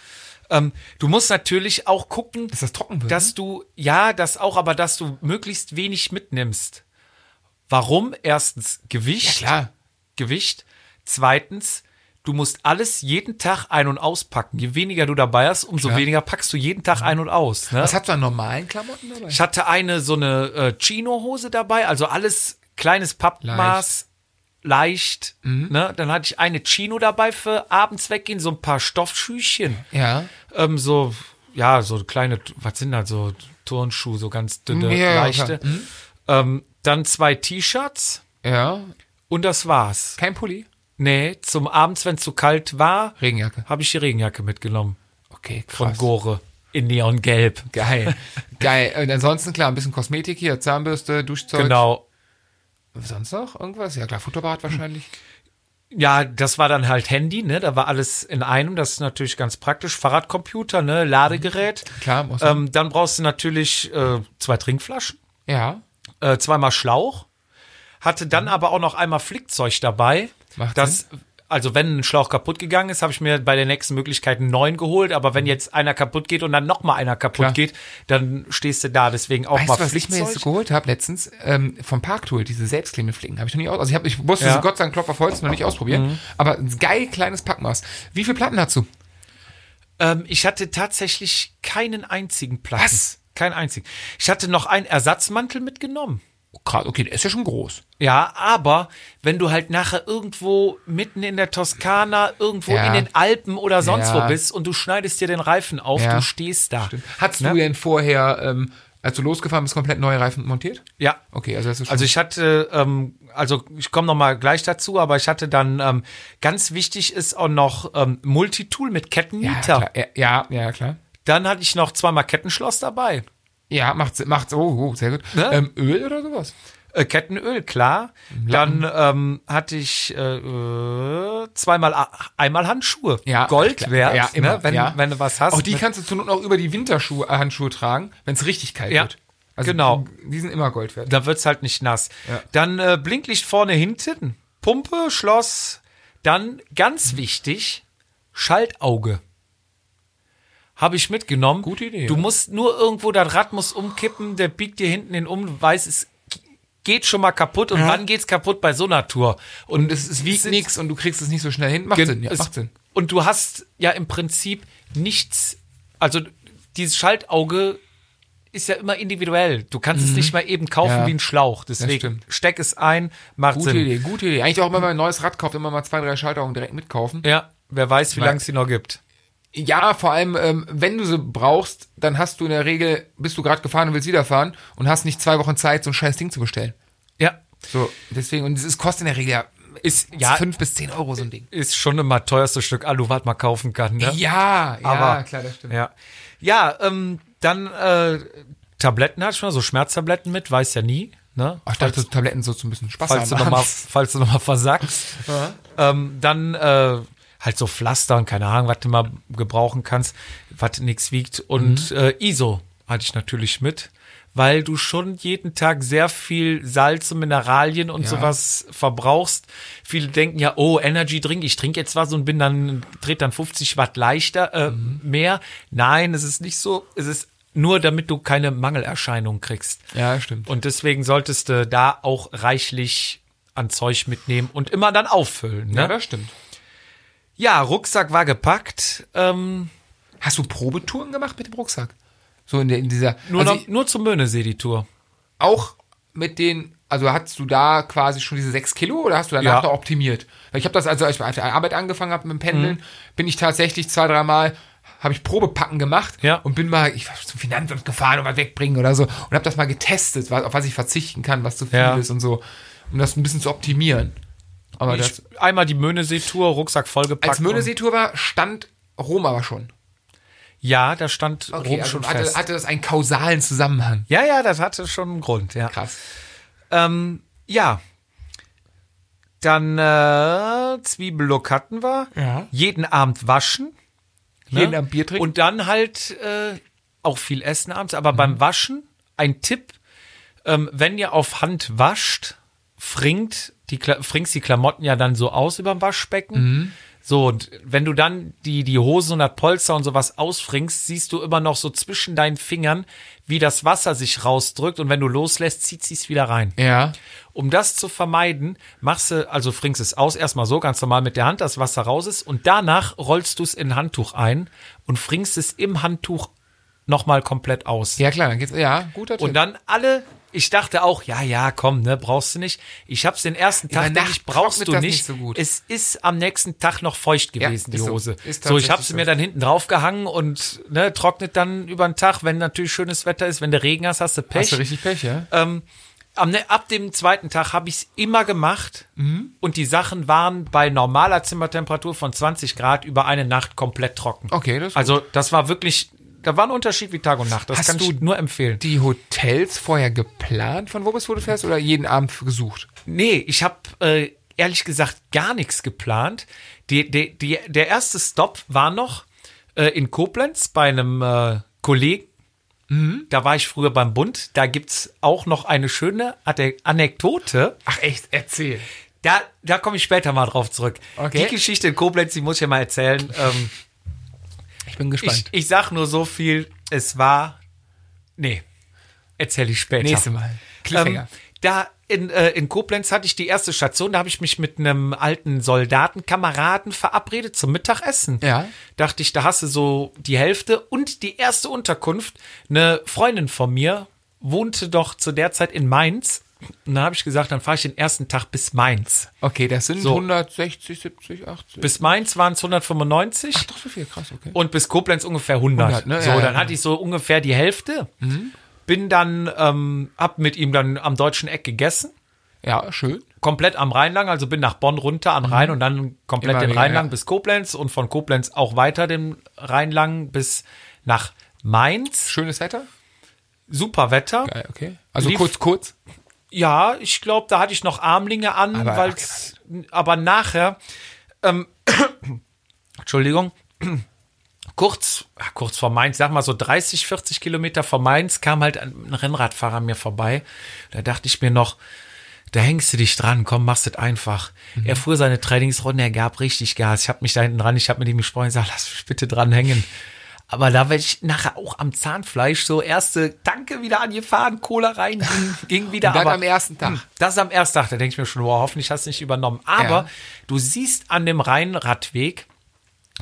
B: Ähm, du musst natürlich auch gucken,
A: Dass das trocken wird.
B: dass du, ja, das auch, aber dass du möglichst wenig mitnimmst. Warum? Erstens Gewicht.
A: Ja, klar.
B: Gewicht. Zweitens, Du musst alles jeden Tag ein- und auspacken. Je weniger du dabei hast, umso
A: Klar.
B: weniger packst du jeden Tag ein- und aus. Ne?
A: Was hat du an normalen Klamotten dabei?
B: Ich hatte eine so eine äh, Chino-Hose dabei, also alles kleines Pappmaß, leicht.
A: Mhm.
B: ne? Dann hatte ich eine Chino dabei für abends weggehen, so ein paar Stoffschüchchen.
A: Ja.
B: Ähm, so, ja, so kleine, was sind das, so Turnschuhe, so ganz dünne,
A: Mhm, ja, ja,
B: leichte.
A: klar.
B: Ähm, dann zwei T-Shirts
A: Ja.
B: und das war's.
A: Kein Pulli?
B: Nee, zum Abends, wenn es zu kalt war,
A: Regenjacke.
B: habe ich die Regenjacke mitgenommen.
A: Okay, krass.
B: Von Gore. In Neongelb.
A: Geil. Geil. Und ansonsten, klar, ein bisschen Kosmetik hier, Zahnbürste, Duschzeug.
B: Genau.
A: Sonst noch irgendwas? Ja, klar, Futterbad wahrscheinlich.
B: Ja, das war dann halt Handy, ne? Da war alles in einem. Das ist natürlich ganz praktisch. Fahrradcomputer, ne? Ladegerät.
A: Klar, muss man.
B: Ähm, dann brauchst du natürlich äh, zwei Trinkflaschen,
A: Ja.
B: äh, zweimal Schlauch. Hatte dann aber auch noch einmal Flickzeug dabei.
A: Mhm. Macht
B: das, also wenn ein Schlauch kaputt gegangen ist, habe ich mir bei der nächsten Möglichkeit einen neuen geholt. Aber wenn jetzt einer kaputt geht und dann noch mal einer kaputt
A: Mhm. Klar.
B: geht, dann stehst du da. Deswegen auch
A: Weißt
B: mal
A: du, was ich mir
B: Flickzeug.
A: jetzt geholt habe letztens? Ähm, vom Parktool, diese selbstklebende Flicken. Habe ich noch nie aus. Also ich, hab, ich wusste,
B: Ja. Mhm.
A: sie Gott sei Dank Klopf auf Holz noch nicht ausprobiert. Aber ein geil kleines Packmaß. Wie viele Platten dazu?
B: Ähm, ich hatte tatsächlich keinen einzigen Platten.
A: Was?
B: Keinen einzigen. Ich hatte noch einen Ersatzmantel mitgenommen.
A: Krass, okay, der ist ja schon groß.
B: Ja, aber wenn du halt nachher irgendwo mitten in der Toskana, irgendwo
A: Ja.
B: in den Alpen oder sonst
A: Ja.
B: wo bist und du schneidest dir den Reifen auf,
A: Ja.
B: du stehst da.
A: Hattest
B: Ne?
A: du denn vorher, ähm, als du losgefahren bist, komplett neue Reifen montiert?
B: Ja.
A: Okay, also das ist schon.
B: Also ich hatte, ähm, also ich komme noch mal gleich dazu, aber ich hatte dann ähm, ganz wichtig ist auch noch ähm, Multitool mit
A: ja,
B: Kettennieter.
A: Ah, klar, ja, ja, ja, klar.
B: dann hatte ich noch zweimal Kettenschloss dabei.
A: Ja, macht's, macht's, oh, oh sehr gut.
B: Ne?
A: Ähm, Öl oder sowas?
B: Äh, Kettenöl, klar. Dann ähm, hatte ich äh, äh, zweimal, a- einmal Handschuhe.
A: Ja,
B: Gold
A: klar.
B: wert,
A: Ja, immer,
B: ne? wenn,
A: ja.
B: wenn du was hast.
A: Auch die
B: mit-
A: kannst du ne? zur Not noch über die Winterschuhe, äh, Handschuhe tragen, wenn es richtig kalt
B: Ja,
A: wird. Also
B: genau.
A: Die sind immer Gold wert.
B: da wird's halt nicht nass.
A: Ja.
B: Dann äh, Blinklicht vorne, hinten. Pumpe, Schloss. Dann,
A: Mhm.
B: ganz wichtig, Schaltauge. Habe ich mitgenommen.
A: Gute Idee,
B: Du
A: ja.
B: musst nur irgendwo, das Rad muss umkippen, der biegt dir hinten hin um, du weißt, es g- geht schon mal kaputt. Und wann geht's kaputt bei so einer Tour? Und
A: Es, es wiegt
B: sind-
A: nichts und du kriegst es nicht so schnell hin. Macht
B: Gen-
A: Sinn, ja,
B: es-
A: macht Sinn.
B: Und du hast ja im Prinzip nichts, also dieses Schaltauge ist ja immer individuell. Du kannst es nicht mal eben kaufen
A: Ja.
B: wie ein Schlauch. Deswegen
A: stimmt.
B: steck es ein, macht
A: Gute
B: Sinn.
A: Idee, gute Idee. Eigentlich auch immer, wenn man ein neues Rad kauft, immer mal zwei, drei Schalterungen direkt mitkaufen.
B: Ja, wer weiß, wie
A: Weil-
B: lange es die noch gibt.
A: Ja, vor allem, ähm, wenn du sie brauchst, dann hast du in der Regel, bist du gerade gefahren und willst wieder fahren und hast nicht zwei Wochen Zeit, so ein scheiß Ding zu bestellen.
B: Ja,
A: So, deswegen, und es ist- kostet in der Regel ja,
B: Ist- ja.
A: fünf bis zehn Euro so ein Ding.
B: ist schon immer teuerste Stück Alu, was man kaufen kann. Ne?
A: Ja, ja,
B: Aber-
A: klar, das stimmt.
B: Ja, ja ähm, dann äh, Tabletten hatte ich mal, so Schmerztabletten mit, weiß ja nie. Ne?
A: Ach, Oh, ich dachte, Tabletten so zum bisschen Spaß
B: falls du
A: haben.
B: nochmal falls du noch mal versackst. ähm, dann äh, halt so Pflaster und keine Ahnung, was du mal gebrauchen kannst, was nichts wiegt.
A: Mhm.
B: Und äh, ISO hatte ich natürlich mit, weil du schon jeden Tag sehr viel Salz und Mineralien und sowas verbrauchst. Viele denken ja, oh, Energy Drink, ich trinke jetzt was und bin dann, dreht dann 50 Watt leichter, äh,
A: Mhm.
B: mehr. Nein, es ist nicht so, es ist nur damit du keine Mangelerscheinung kriegst.
A: Ja, stimmt.
B: Und deswegen solltest du da auch reichlich an Zeug mitnehmen und immer dann auffüllen. Ne?
A: Ja,
B: Ja,
A: das stimmt.
B: Rucksack war gepackt. Ähm,
A: Hast du Probetouren gemacht mit dem Rucksack? So in, der, in dieser.
B: nur,
A: also
B: noch, nur zum Möhnesee die Tour.
A: auch mit den, also hast du da quasi schon diese 6 Kilo oder hast du danach
B: Ja.
A: noch optimiert? Weil Ich habe das, also als ich bei der Arbeit angefangen habe mit dem Pendeln,
B: Mhm.
A: bin ich tatsächlich zwei, dreimal habe ich Probepacken gemacht
B: Ja.
A: und bin mal ich war zum Finanzamt gefahren und was wegbringen oder so und habe das mal getestet, was, auf was ich verzichten kann, was zu viel
B: Ja.
A: ist und so, um das ein bisschen zu optimieren. Aber das,
B: Ich, um. einmal die Möhnesee Tour, Rucksack vollgepackt.
A: als Möhnesee-Tour war, stand Rom aber schon.
B: und- Ja, da stand Rom
A: also
B: schon
A: hatte,
B: fest.
A: hatte das einen kausalen Zusammenhang.
B: ja, ja, das hatte schon einen Grund. Ja,
A: Krass.
B: ähm, ja. dann äh, Zwiebellook hatten wir.
A: Ja.
B: Jeden Abend waschen.
A: Jeden Abend Bier trinken.
B: Ne? Und dann halt äh, auch viel essen abends. Aber
A: Mhm.
B: beim Waschen ein Tipp, ähm, wenn ihr auf Hand
A: Mhm.
B: wascht, fringt die, Kla- fringst die Klamotten ja dann so aus über dem Waschbecken. So, und wenn du dann die, die Hosen und das Polster und sowas ausfringst, siehst du immer noch so zwischen deinen Fingern, wie das Wasser sich rausdrückt und wenn du loslässt, zieht sie es wieder rein.
A: Ja.
B: Um das zu vermeiden, machst du, also fringst es aus, erstmal so ganz normal mit der Hand, dass Wasser raus ist und danach rollst du es in ein Handtuch ein und fringst es im Handtuch nochmal komplett aus.
A: Ja, klar, dann geht's. Ja, guter Tipp.
B: Und dann alle, ich dachte auch, ja, ja, komm, ne, brauchst du nicht. Ich hab's den ersten
A: der
B: Tag, denke
A: Nacht
B: ich, brauchst
A: trocknet
B: du
A: das
B: nicht.
A: nicht so gut.
B: Es ist am nächsten Tag noch feucht
A: Ja,
B: gewesen,
A: ist
B: die
A: so.
B: Hose.
A: Ist
B: So, ich
A: tatsächlich
B: hab's
A: so.
B: mir dann hinten drauf gehangen und ne, trocknet dann über den Tag, wenn natürlich schönes Wetter ist, wenn du Regen hast, hast du Pech.
A: Hast du richtig Pech, Äh, ja?
B: Ähm, am, ne, ab dem zweiten Tag habe ich es immer gemacht
A: Mhm.
B: und die Sachen waren bei normaler Zimmertemperatur von 20 Grad über eine Nacht komplett trocken.
A: Okay, das ist
B: Also das war wirklich, da war ein Unterschied wie Tag und Nacht. Das
A: Hast
B: kann
A: du
B: ich nur empfehlen.
A: Die Hotels vorher geplant, von wo bis wo du fährst, oder jeden Abend gesucht?
B: Nee, ich habe äh, ehrlich gesagt gar nichts geplant. Die, die, die, der erste Stop war noch äh, in Koblenz bei einem äh, Kollegen.
A: Mhm.
B: Da war ich früher beim Bund. Da gibt's auch noch eine schöne Ate- Anekdote.
A: Ach echt, erzähl.
B: Da, da komme ich später mal drauf zurück.
A: Okay.
B: Die Geschichte in Koblenz, die muss ich ja mal erzählen. Ähm,
A: Ich bin
B: ich,
A: gespannt.
B: ich sag nur so viel, es war. Nee, erzähle ich später.
A: Nächstes Mal.
B: Ähm,
A: Cliffhanger.
B: da in, äh, in Koblenz hatte ich die erste Station, da habe ich mich mit einem alten Soldatenkameraden verabredet zum Mittagessen.
A: Ja.
B: Dachte ich, da hast du so die Hälfte und die erste Unterkunft. Eine Freundin von mir wohnte doch zu der Zeit in Mainz. Und da habe ich gesagt, dann fahre ich den ersten Tag bis Mainz.
A: okay, das sind
B: so.
A: 160, 70, 80.
B: Bis Mainz waren es 195.
A: Doch so viel, krass, okay.
B: und bis Koblenz ungefähr 100.
A: 100, ne?
B: So,
A: Ja, ja,
B: dann
A: ja. Mhm.
B: hatte ich so ungefähr die Hälfte. Bin dann, ähm, hab mit ihm dann am deutschen Eck gegessen.
A: ja, schön.
B: Komplett am Rhein lang, also bin nach Bonn runter an Rhein und dann komplett
A: Mhm. Immer
B: den
A: wieder,
B: Rhein lang
A: ja.
B: bis Koblenz und von Koblenz auch weiter den Rhein lang bis nach Mainz.
A: Schönes Wetter.
B: Super Wetter.
A: Geil, okay. Also
B: Lief-
A: kurz, kurz.
B: Ja, ich glaube, da hatte ich noch Armlinge an,
A: Aber-
B: weil aber nachher, ähm, Entschuldigung, kurz, ah, kurz vor Mainz, sag mal so 30, 40 Kilometer vor Mainz kam halt ein Rennradfahrer an mir vorbei. Da dachte ich mir noch, da hängst du dich dran, komm, machst das einfach.
A: Mhm.
B: Er fuhr seine Trainingsrunde, er gab richtig Gas. Ich habe mich da hinten dran, ich habe mit ihm gesprochen, ich sag, lass mich bitte dran hängen. Aber da war ich nachher auch am Zahnfleisch so erste Tanke wieder angefahren, Cola rein, ging, ging wieder.
A: Und dann
B: aber,
A: am ersten Tag.
B: Das am ersten Tag, da denke ich mir schon, wow, hoffentlich hast du nicht übernommen. Aber
A: Ja.
B: du siehst an dem Rheinradweg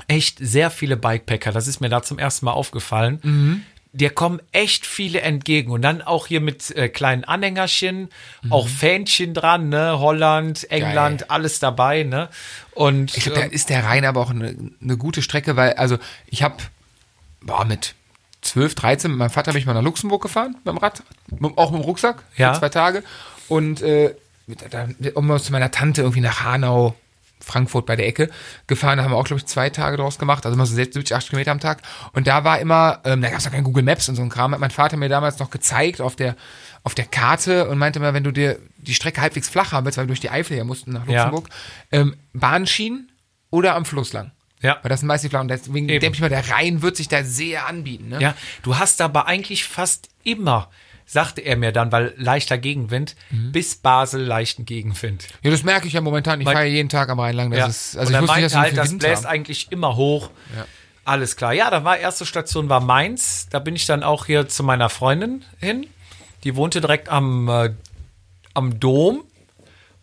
B: echt sehr viele Bikepacker. Das ist mir da zum ersten Mal aufgefallen.
A: Mhm.
B: Dir kommen echt viele entgegen. Und dann auch hier mit äh, kleinen Anhängerchen,
A: Mhm.
B: auch Fähnchen dran, ne? Holland, England, alles dabei, ne? Und ähm,
A: Ich glaube, da ist der Rhein aber auch eine, eine gute Strecke, weil, also ich habe, boah, mit 12, 13, mit meinem Vater bin ich mal nach Luxemburg gefahren, mit dem Rad, mit, auch mit dem Rucksack,
B: Ja.
A: für zwei Tage. Und äh, mit, da, um zu meiner Tante irgendwie nach Hanau, Frankfurt bei der Ecke gefahren, da haben wir auch, glaube ich, zwei Tage draus gemacht, also immer so 70, 80 Kilometer am Tag. Und da war immer, ähm, da gab es noch kein Google Maps und so ein Kram, hat mein Vater mir damals noch gezeigt auf der, auf der Karte und meinte mal, wenn du dir die Strecke halbwegs flach haben willst, weil wir durch die Eifel her mussten nach
B: Ja.
A: Luxemburg, ähm, Bahnschienen oder am Fluss lang.
B: Ja.
A: Weil das sind meist die Flachen. Deswegen
B: Eben.
A: denke ich mal, der Rhein wird sich da sehr anbieten. Ne?
B: Ja, du hast aber eigentlich fast immer, sagte er mir dann, weil leichter Gegenwind,
A: Mhm.
B: bis Basel leichten Gegenwind.
A: ja, das merke ich ja momentan. Ich
B: Mein-
A: fahre ja jeden Tag am Rhein lang. Das
B: Ja.
A: ist, also
B: und er
A: ich wusste
B: meinte
A: nicht, dass wir so
B: halt,
A: viel
B: das
A: Wind
B: bläst
A: haben.
B: eigentlich immer hoch.
A: Ja.
B: Alles klar. Ja, da war erste Station war Mainz. Da bin ich dann auch hier zu meiner Freundin hin. Die wohnte direkt am, äh, am Dom.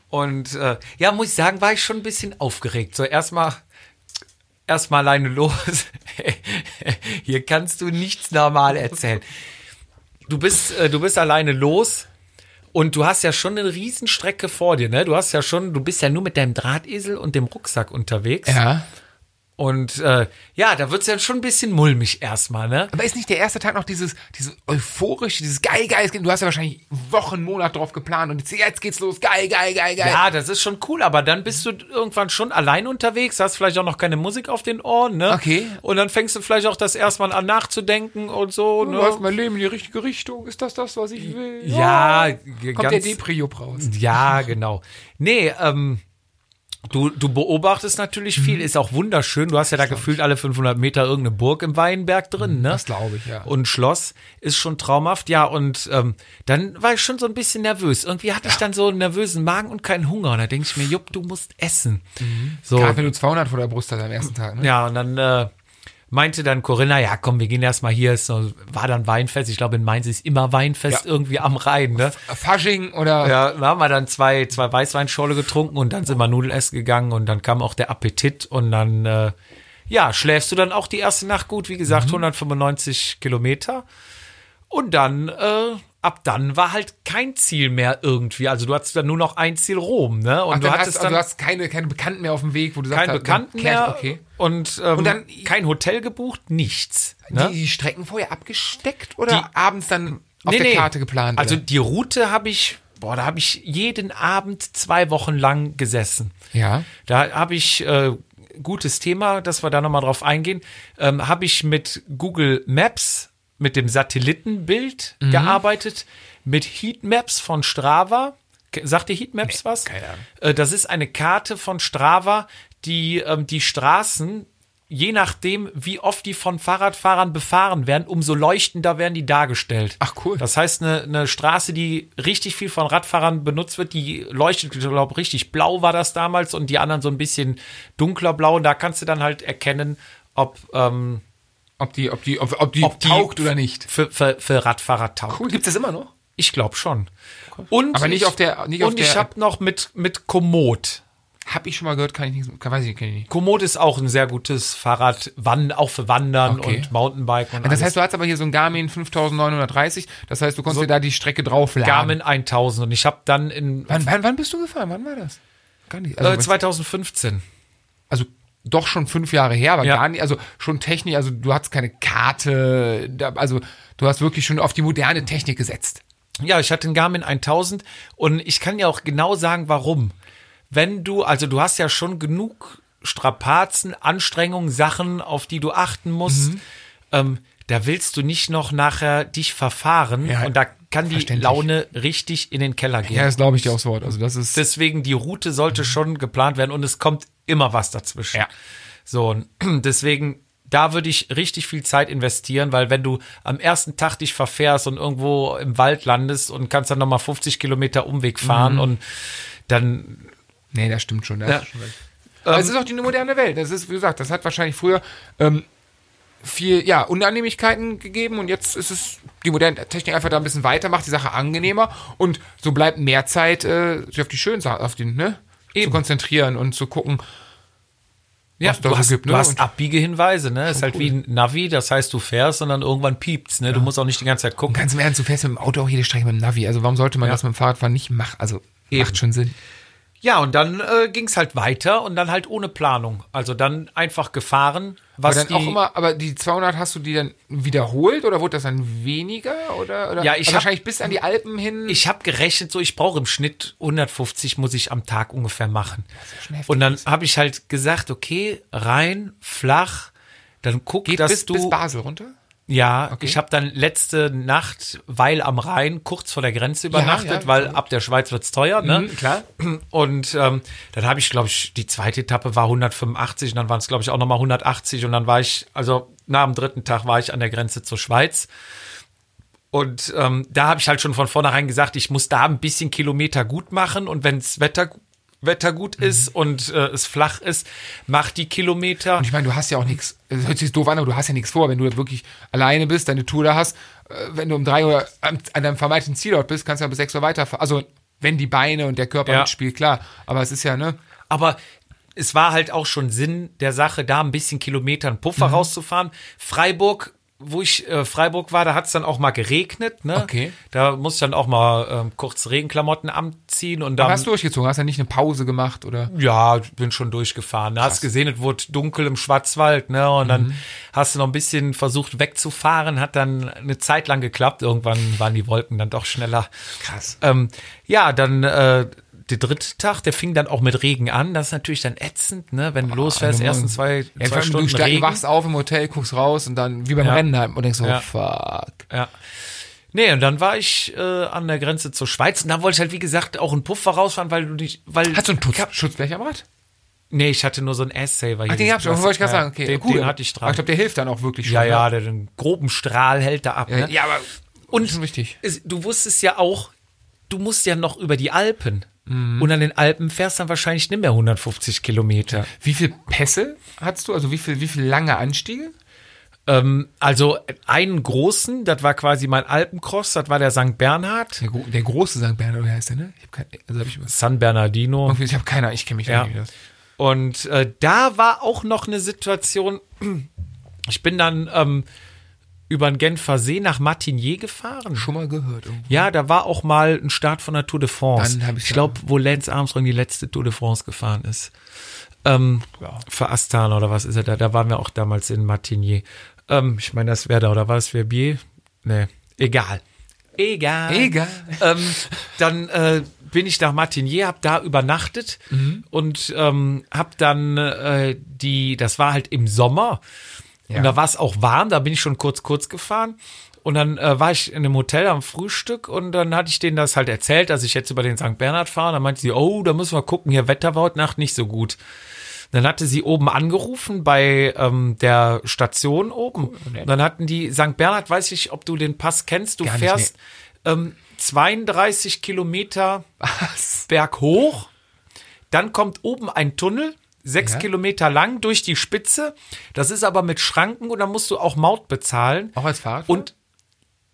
B: Und äh, ja, muss ich sagen, war ich schon ein bisschen aufgeregt. So erstmal erstmal alleine los. hier kannst du nichts normal erzählen. Du bist äh, du bist alleine los. Und du hast ja schon eine Riesenstrecke vor dir, ne? Du hast ja schon, du bist ja nur mit deinem Drahtesel und dem Rucksack unterwegs.
A: Ja.
B: Und äh, ja, da wird's ja schon ein bisschen mulmig erstmal, ne?
A: Aber ist nicht der erste Tag noch dieses, dieses euphorische, dieses geil, geil, es geht- du hast ja wahrscheinlich Wochen, Monat drauf geplant und jetzt, jetzt geht's los, geil, geil, geil, geil.
B: Ja, das ist schon cool, aber dann bist du irgendwann schon allein unterwegs, hast vielleicht auch noch keine Musik auf den Ohren, ne?
A: Okay.
B: Und dann fängst du vielleicht auch das erstmal an nachzudenken und so,
A: Läuft
B: ne?
A: mein Leben in die richtige Richtung? Ist das das, was ich will?
B: Ja,
A: Oh, Kommt der
B: ganz-
A: Depri-Jupp raus.
B: Ja, genau. Nee, ähm, Du, du beobachtest natürlich
A: Mhm.
B: viel, ist auch wunderschön. Du hast ja da gefühlt alle 500 Meter irgendeine Burg im Weinberg drin, ne?
A: das glaube ich, ja.
B: Und Schloss ist schon traumhaft, ja. Und ähm, dann war ich schon so ein bisschen nervös. Irgendwie hatte ich dann so einen nervösen Magen und keinen Hunger. Und da denke ich mir, Jupp, du musst essen. So,
A: Gerade wenn du 200 vor der Brust hast am ersten Tag. Ne?
B: ja, und dann äh, meinte dann Corinna, ja komm, wir gehen erstmal hier. Ist so, war dann Weinfest. Ich glaube, in Mainz ist immer Weinfest
A: Ja.
B: irgendwie am Rhein, ne?
A: Fasching oder
B: Ja, da haben wir dann zwei, zwei Weißweinschorle getrunken und dann sind wir Nudeln essen gegangen und dann kam auch der Appetit und dann, äh, ja, schläfst du dann auch die erste Nacht gut, wie
A: Mhm.
B: gesagt, 195 Kilometer. Und dann, äh, ab dann war halt kein Ziel mehr irgendwie. Also du hattest dann nur noch ein Ziel Rom, ne? Und
A: Ach,
B: du
A: dann
B: hattest
A: hast, also
B: dann
A: du hast keine, keine Bekannten mehr auf dem Weg, wo du sagst,
B: keinen
A: da-
B: Bekannten
A: Clash,
B: mehr
A: Okay.
B: und, ähm,
A: dann-
B: kein Hotel gebucht, nichts. Ne?
A: Die, die Strecken vorher abgesteckt oder abends dann auf
B: Nee,
A: der
B: nee.
A: Karte geplant?
B: Also
A: oder?
B: die Route habe ich, boah, da habe ich jeden Abend zwei Wochen lang gesessen.
A: ja.
B: Da habe ich äh, gutes Thema, dass wir da nochmal drauf eingehen. Ähm, habe ich mit Google Maps, mit dem Satellitenbild
A: Mhm.
B: gearbeitet, mit Heatmaps von Strava. Ke- Sagt dir Heatmaps was?
A: keine Ahnung.
B: Äh, das ist eine Karte von Strava, die ähm, die Straßen. Je nachdem, wie oft die von Fahrradfahrern befahren werden, umso leuchtender werden die dargestellt.
A: Ach, cool.
B: Das heißt, eine, eine Straße, die richtig viel von Radfahrern benutzt wird, die leuchtet, ich glaube, richtig blau war das damals und die anderen so ein bisschen dunkler blau. Und da kannst du dann halt erkennen, ob, ähm,
A: Ob die, ob die, ob, ob die
B: ob die
A: taugt oder nicht.
B: Für, für, für Radfahrer taugt.
A: Cool, gibt's das immer noch?
B: Ich glaube schon. Und
A: Aber nicht
B: ich,
A: auf der- nicht auf
B: und
A: der-
B: ich habe noch mit, mit Komoot.
A: Hab ich schon mal gehört, kann ich nicht, kann, weiß ich nicht, kenn ich nicht.
B: Komoot ist auch ein sehr gutes Fahrrad, wann, auch für Wandern
A: Okay.
B: und Mountainbike
A: Ah,
B: und
A: Das
B: alles.
A: heißt, du hast aber hier so ein Garmin 5930, das heißt, du konntest dir da die Strecke draufladen.
B: Garmin 1000 und ich habe dann in
A: Wann, wann, wann bist du gefahren? Wann war das? Gar nicht.
B: äh,
A: Also,
B: 2015.
A: also doch schon fünf Jahre her, aber
B: Ja.
A: gar nicht, also schon technisch, also du hattest keine Karte, da- also du hast wirklich schon auf die moderne Technik gesetzt.
B: Ja, ich hatte einen Garmin 1000 und ich kann ja auch genau sagen, warum. Wenn du, also du hast ja schon genug Strapazen, Anstrengungen, Sachen, auf die du achten musst.
A: Mhm.
B: Ähm, da willst du nicht noch nachher dich verfahren
A: Ja,
B: und da kann die
A: verständlich.
B: Laune richtig in den Keller gehen.
A: Ja, das glaube ich dir aufs Wort. Also das ist.
B: Deswegen die Route sollte schon geplant werden und es kommt immer was dazwischen.
A: Ja.
B: So, und deswegen, da würde ich richtig viel Zeit investieren, weil wenn du am ersten Tag dich verfährst und irgendwo im Wald landest und kannst dann nochmal 50 Kilometer Umweg fahren
A: Mhm.
B: und dann,
A: nee, das stimmt schon. Das
B: Ja. ähm,
A: ist schon recht. Aber es ist auch die moderne Welt. Das ist, wie gesagt, das hat wahrscheinlich früher ähm, viel, ja, Unannehmlichkeiten gegeben und jetzt ist es die moderne Technik einfach da ein bisschen weiter, macht die Sache angenehmer und so bleibt mehr Zeit, äh, sich auf die schönen Sachen, auf den, ne? Zu konzentrieren und zu gucken.
B: ja,
A: Was da
B: du
A: so
B: hast,
A: gibt,
B: du
A: ne?
B: hast
A: Und-
B: Abbiegehinweise, ne? Ist halt
A: cool.
B: wie ein Navi, das heißt, du fährst und dann irgendwann piept's, ne? Du musst auch nicht die ganze Zeit gucken.
A: Ganz im Ernst, du fährst mit dem Auto auch jede Strecke mit dem Navi. Also warum sollte man
B: Ja.
A: das mit dem Fahrradfahren nicht machen? Also macht schon Sinn.
B: Ja, und dann äh, ging's halt weiter und dann halt ohne Planung. Also dann einfach gefahren, was
A: Aber dann
B: die,
A: auch immer, aber die 200 hast du die dann wiederholt oder wurde das dann weniger oder? oder
B: Ja, ich
A: also
B: hab-
A: wahrscheinlich bis an die Alpen hin.
B: ich habe gerechnet, so ich brauche im Schnitt 150 muss ich am Tag ungefähr machen.
A: schon heftig.
B: und dann habe ich halt gesagt, okay, rein, flach, dann guck,
A: Geht
B: dass
A: bis,
B: du
A: bis Basel runter?
B: ja, ich habe dann letzte Nacht, weil am Rhein kurz vor der Grenze übernachtet,
A: ja,
B: weil ab der Schweiz wird's teuer, ne?
A: Mhm, klar.
B: Und ähm, dann habe ich, glaube ich, die zweite Etappe war 185 und dann waren es, glaube ich, auch nochmal 180 und dann war ich, also nach dem dritten Tag war ich an der Grenze zur Schweiz. Und ähm, da habe ich halt schon von vornherein gesagt, ich muss da ein bisschen Kilometer gut machen und wenns Wetter, Wetter gut
A: Mhm.
B: ist und äh, es flach ist, mach die Kilometer.
A: Und ich meine, du hast ja auch nichts, es hört sich doof an, aber du hast ja nichts vor, wenn du da wirklich alleine bist, deine Tour da hast, äh, wenn du um drei Uhr am- an deinem vermeintlichen Zielort bist, kannst du ja bis sechs Uhr weiterfahren. Also wenn die Beine und der Körper
B: Ja.
A: mitspielt, klar. Aber es ist ja, ne?
B: Aber es war halt auch schon Sinn der Sache, da ein bisschen Kilometer einen Puffer
A: Mhm.
B: rauszufahren. Freiburg, wo ich äh, Freiburg war, da hat es dann auch mal geregnet. Ne?
A: Okay.
B: Da musste ich dann auch mal ähm, kurz Regenklamotten anziehen und dann.
A: Aber hast du durchgezogen, hast ja nicht eine Pause gemacht oder?
B: Ja, ich bin schon durchgefahren. Da hast gesehen, es wurde dunkel im Schwarzwald, ne? Und
A: Mhm.
B: dann hast du noch ein bisschen versucht wegzufahren, hat dann eine Zeit lang geklappt. Irgendwann waren die Wolken dann doch schneller.
A: Krass.
B: Ähm, ja, dann äh, der dritte Tag, der fing dann auch mit Regen an. Das ist natürlich dann ätzend, ne? Wenn
A: Ah,
B: du losfährst,
A: Eine Menge.
B: ersten zwei,
A: Ja, vor
B: zwei
A: allem,
B: Stunden
A: du steig-
B: Regen.
A: wachst auf im Hotel, guckst raus und dann wie beim
B: Ja.
A: Rennen halt und denkst so,
B: Ja.
A: fuck.
B: Ja. Nee, und dann war ich äh, an der Grenze zur Schweiz und da wollte ich halt, wie gesagt, auch einen Puffer rausfahren, weil du nicht, weil
A: Hast du einen Schutz, Schutzblech am Rad?
B: Nee, ich hatte nur so einen Ass-Saver.
A: Ach, den gab's schon, wollte ich gerade sagen. Okay,
B: den,
A: cool.
B: den hatte ich dran.
A: Aber ich glaube, der hilft dann auch wirklich schon.
B: ja, ja,
A: ne?
B: der, den groben Strahl hält da ab.
A: Ja,
B: ne?
A: ja, aber
B: Und
A: schon wichtig.
B: es- du wusstest ja auch, du musst ja noch über die Alpen.
A: Mhm.
B: Und an den Alpen fährst dann wahrscheinlich nicht mehr 150 Kilometer.
A: Wie viele Pässe hattest du? Also wie viel, wie viel lange Anstiege?
B: Ähm, also einen großen, das war quasi mein Alpencross, das war der St. Bernhard,
A: Der, gro- der große St. Bernhard, oder heißt der, ne? Ich habe kein, also hab ich, was-
B: San Bernardino.
A: irgendwie- ich hab keine Ahnung, ich kenne mich da
B: Ja.
A: nicht aus.
B: Und äh, da war auch noch eine Situation, ich bin dann ähm, über den Genfer See nach Martigny gefahren.
A: Schon mal gehört. Irgendwo.
B: Ja, da war auch mal ein Start von der Tour de France.
A: Dann hab ich's
B: ich glaube, wo Lance Armstrong die letzte Tour de France gefahren ist. Ähm,
A: Ja.
B: Für Astana oder was ist er da? Da waren wir auch damals in Martigny. Ähm, ich meine, das wäre da, oder war es Verbier? Nee, egal. Egal.
A: Egal.
B: Ähm, dann äh, bin ich nach Martigny, hab da übernachtet und ähm, hab dann äh, die, das war halt im Sommer,
A: Ja.
B: und da war es auch warm, da bin ich schon kurz, kurz gefahren. Und dann äh, war ich in einem Hotel am Frühstück und dann hatte ich denen das halt erzählt, dass ich jetzt über den St. Bernhard fahre. Und dann meinte sie, oh, da müssen wir gucken, hier Wetter war heute Nacht nicht so gut. Dann hatte sie oben angerufen bei ähm, der Station oben. Und dann hatten die St. Bernhard, weiß ich, ob du den Pass kennst, du
A: Gar nicht,
B: fährst ähm, 32 Kilometer berghoch. Dann kommt oben ein Tunnel, sechs
A: Ja.
B: Kilometer lang durch die Spitze. Das ist aber mit Schranken und da musst du auch Maut bezahlen.
A: Auch als Fahrrad?
B: Und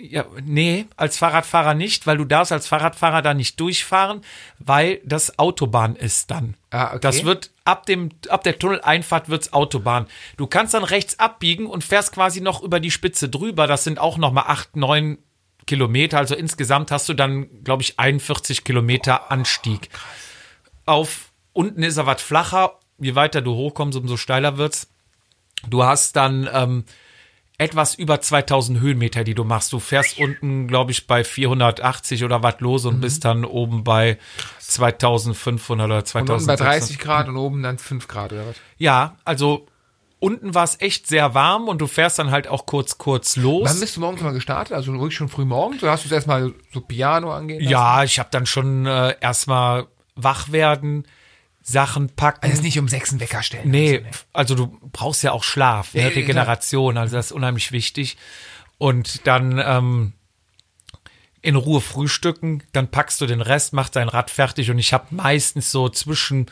B: ja, nee, als Fahrradfahrer nicht, weil du darfst als Fahrradfahrer da nicht durchfahren, weil das Autobahn ist dann.
A: Ah, okay.
B: Das wird ab dem ab der Tunneleinfahrt wird's Autobahn. Du kannst dann rechts abbiegen und fährst quasi noch über die Spitze drüber. Das sind auch noch mal acht, neun Kilometer. Also insgesamt hast du dann, glaube ich, 41 Kilometer Anstieg. Auf unten ist er was flacher. Je weiter du hochkommst, umso steiler wird's. Du hast dann ähm, etwas über 2000 Höhenmeter, die du machst. Du fährst unten, glaube ich, bei 480 oder was los
A: Mhm.
B: und bist dann oben bei 2500 oder
A: und unten bei
B: 2600.
A: 30 Grad und oben dann 5 Grad oder was?
B: Ja, also unten war es echt sehr warm und du fährst dann halt auch kurz, kurz
A: Wann
B: los.
A: bist du morgens mal gestartet? Also wirklich schon früh morgens? Oder hast du es erstmal so Piano angehen lassen?
B: Ja, ich habe dann schon äh, erstmal wach werden, Sachen packen.
A: Also jetzt nicht um sechs einen Wecker stellen.
B: Nee, also du brauchst ja auch Schlaf,
A: Ja,
B: ne?
A: ja,
B: Regeneration, also das ist unheimlich wichtig. Und dann ähm, in Ruhe frühstücken, dann packst du den Rest, machst dein Rad fertig und ich habe meistens so zwischen,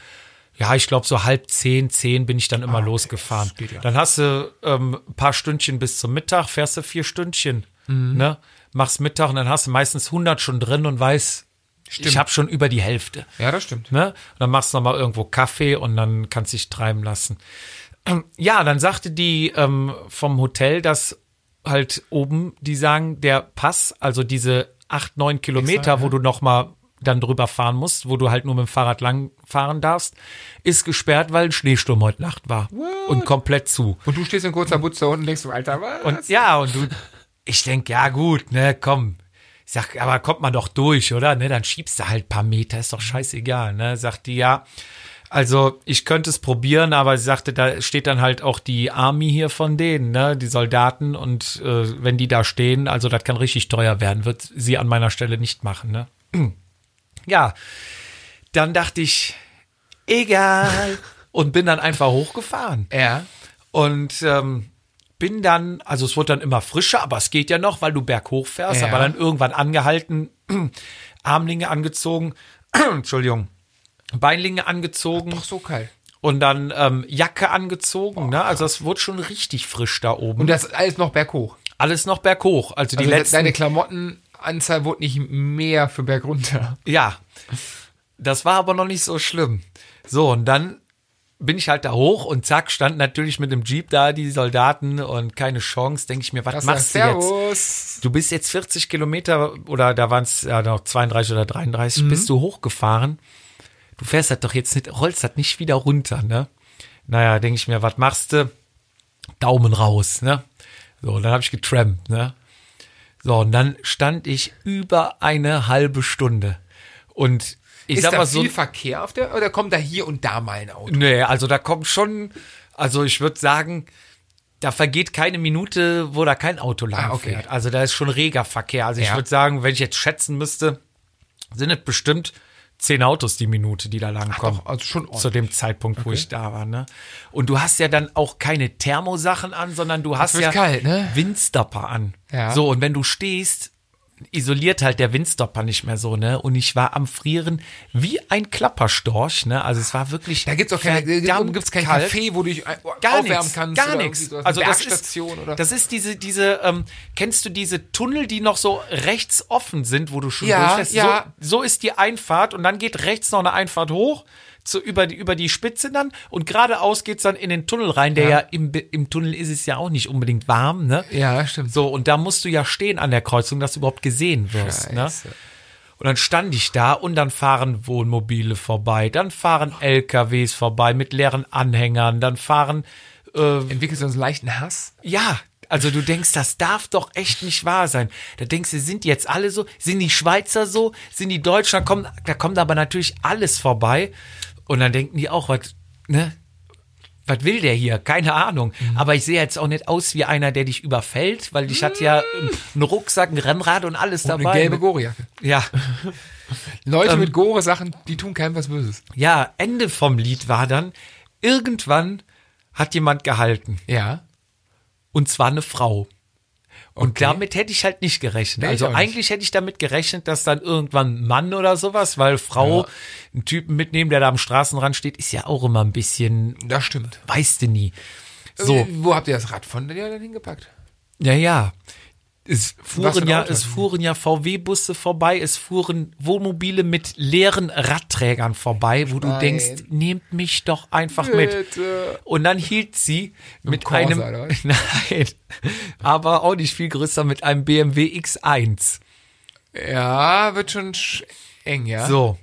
B: ja, ich glaube so halb zehn, zehn bin ich dann immer losgefahren.
A: Ah, das geht ja.
B: Dann hast du ähm, ein paar Stündchen bis zum Mittag, fährst du vier Stündchen,
A: Mhm.
B: ne? Machst Mittag und dann hast du meistens 100 schon drin und weißt, ich habe schon über die Hälfte.
A: Ja, das stimmt.
B: Ne? Und dann machst du nochmal irgendwo Kaffee und dann kannst dich treiben lassen. Ähm, Ja, dann sagte die ähm, vom Hotel, dass halt oben, die sagen, der Pass, also diese acht, neun Kilometer, wo du nochmal dann drüber fahren musst, wo du halt nur mit dem Fahrrad lang fahren darfst, ist gesperrt, weil ein Schneesturm heute Nacht war. Und komplett zu.
A: Und du stehst in kurzer Butze da unten und denkst so, Alter, was?
B: Mhm. Und ja, und du, ich denk, ja gut, ne, komm. Ich sag, aber kommt man doch durch, oder? Ne, dann schiebst du halt ein paar Meter, ist doch scheißegal, ne? Sagt die, ja. Also, ich könnte es probieren, aber sie sagte, da steht dann halt auch die Army hier von denen, ne, die Soldaten und äh, wenn die da stehen, also das kann richtig teuer werden, wird sie an meiner Stelle nicht machen, ne? Ja. Dann dachte ich, egal und bin dann einfach hochgefahren.
A: ja.
B: Und ähm, bin dann, also es wurde dann immer frischer, aber es geht ja noch, weil du berghoch fährst,
A: Ja.
B: aber dann irgendwann angehalten, Armlinge angezogen, Entschuldigung, Beinlinge angezogen
A: Doch so kalt.
B: und dann ähm, Jacke angezogen. ne? Also es wurde schon richtig frisch da oben.
A: Und das alles noch berghoch.
B: Alles noch berghoch. Also die
A: Also
B: letzten,
A: deine Klamottenanzahl wurde nicht mehr für bergunter.
B: ja. Das war aber noch nicht so schlimm. So, und dann bin ich halt da hoch und zack, stand natürlich mit dem Jeep da, die Soldaten und keine Chance. Denke ich mir, was
A: Das
B: machst du
A: sagt,
B: jetzt?
A: Servus.
B: Du bist jetzt 40 Kilometer oder da waren es ja noch 32 oder
A: Mhm.
B: 33, bist du hochgefahren. Du fährst das doch jetzt nicht, rollst das nicht wieder runter, ne? Naja, denke ich mir, was machst du? Daumen raus, ne? So, dann habe ich getrampt, ne? So, und dann stand ich über eine halbe Stunde. Und ich
A: Ist
B: sag
A: da
B: mal so.
A: viel Verkehr auf der, oder kommt da hier und da mal ein Auto?
B: Nee, also da kommt schon, also ich würde sagen, da vergeht keine Minute, wo da kein Auto lang
A: Ah, okay.
B: fährt. Also da ist schon reger Verkehr. Also ich
A: Ja.
B: würde sagen, wenn ich jetzt schätzen müsste, sind es bestimmt zehn Autos die Minute, die da lang kommen.
A: doch, also schon
B: zu dem Zeitpunkt, wo ich da war. Ne? Und du hast ja dann auch keine Thermosachen an, sondern du hast
A: wird
B: ja
A: kalt, ne?
B: Windstopper an.
A: Ja.
B: So, und wenn du stehst, isoliert halt der Windstopper nicht mehr so, ne? Und ich war am Frieren wie ein Klapperstorch, ne? Also es war wirklich.
A: Da gibt es auch keine, da
B: verdammt
A: gibt's kein
B: kalt.
A: Café, wo du dich ein-
B: Gar
A: aufwärmen
B: nichts,
A: kannst.
B: gar
A: oder
B: nichts.
A: irgendwie sowas,
B: Also
A: eine
B: das ist,
A: Bergstation oder
B: das ist diese, diese, ähm, kennst du diese Tunnel, die noch so rechts offen sind, wo du schon
A: Ja,
B: durchfährst?
A: ja.
B: So, so ist die Einfahrt und dann geht rechts noch eine Einfahrt hoch zu, über, die, über die Spitze dann und geradeaus geht's dann in den Tunnel rein, der ja, im, Be- im Tunnel ist es ja auch nicht unbedingt warm, ne?
A: Ja, stimmt.
B: So, und da musst du ja stehen an der Kreuzung, dass du überhaupt gesehen wirst, ne?
A: Scheiße.
B: Und dann stand ich da und dann fahren Wohnmobile vorbei, dann fahren LKWs vorbei mit leeren Anhängern, dann fahren äh,
A: Entwickelst du uns einen leichten Hass?
B: ja, also du denkst, das darf doch echt nicht wahr sein. Da denkst du, sind die jetzt alle so? Sind die Schweizer so? Sind die Deutschen? Da kommt, da kommt aber natürlich alles vorbei. Und dann denken die auch, was, ne? Was will der hier? Keine Ahnung.
A: Mhm.
B: Aber ich sehe jetzt auch nicht aus wie einer, der dich überfällt, weil ich hatte ja ähm, einen Rucksack, ein Rennrad und alles
A: Mhm. Und
B: dabei. Ähm.
A: eine gelbe Goriacke.
B: ja.
A: Leute mit Gore-Sachen, die tun keinem was Böses.
B: ja, Ende vom Lied war dann, irgendwann hat jemand gehalten.
A: Ja.
B: Und zwar eine Frau. Und
A: Okay.
B: damit hätte ich halt nicht gerechnet.
A: Nee, ich
B: also
A: auch nicht.
B: eigentlich hätte ich damit gerechnet, dass dann irgendwann ein Mann oder sowas, weil Frau einen Typen mitnehmen, der da am Straßenrand steht, ist ja auch immer ein bisschen,
A: Das stimmt.
B: weißt du nie. So,
A: Äh, Wo habt ihr das Rad von dir denn hingepackt?
B: ja, ja. Es
A: Was für
B: fuhren
A: ein
B: ja,
A: Auto
B: es
A: hatten die?
B: fuhren ja VW-Busse vorbei, es fuhren Wohnmobile mit leeren Radträgern vorbei, wo du
A: Nein.
B: denkst, nehmt mich doch einfach mit.
A: Bitte.
B: Und dann hielt sie mit
A: Corsa,
B: einem,
A: oder was?
B: nein, aber auch nicht viel größer, mit einem BMW X1.
A: Ja, wird schon sch- eng, ja.
B: So.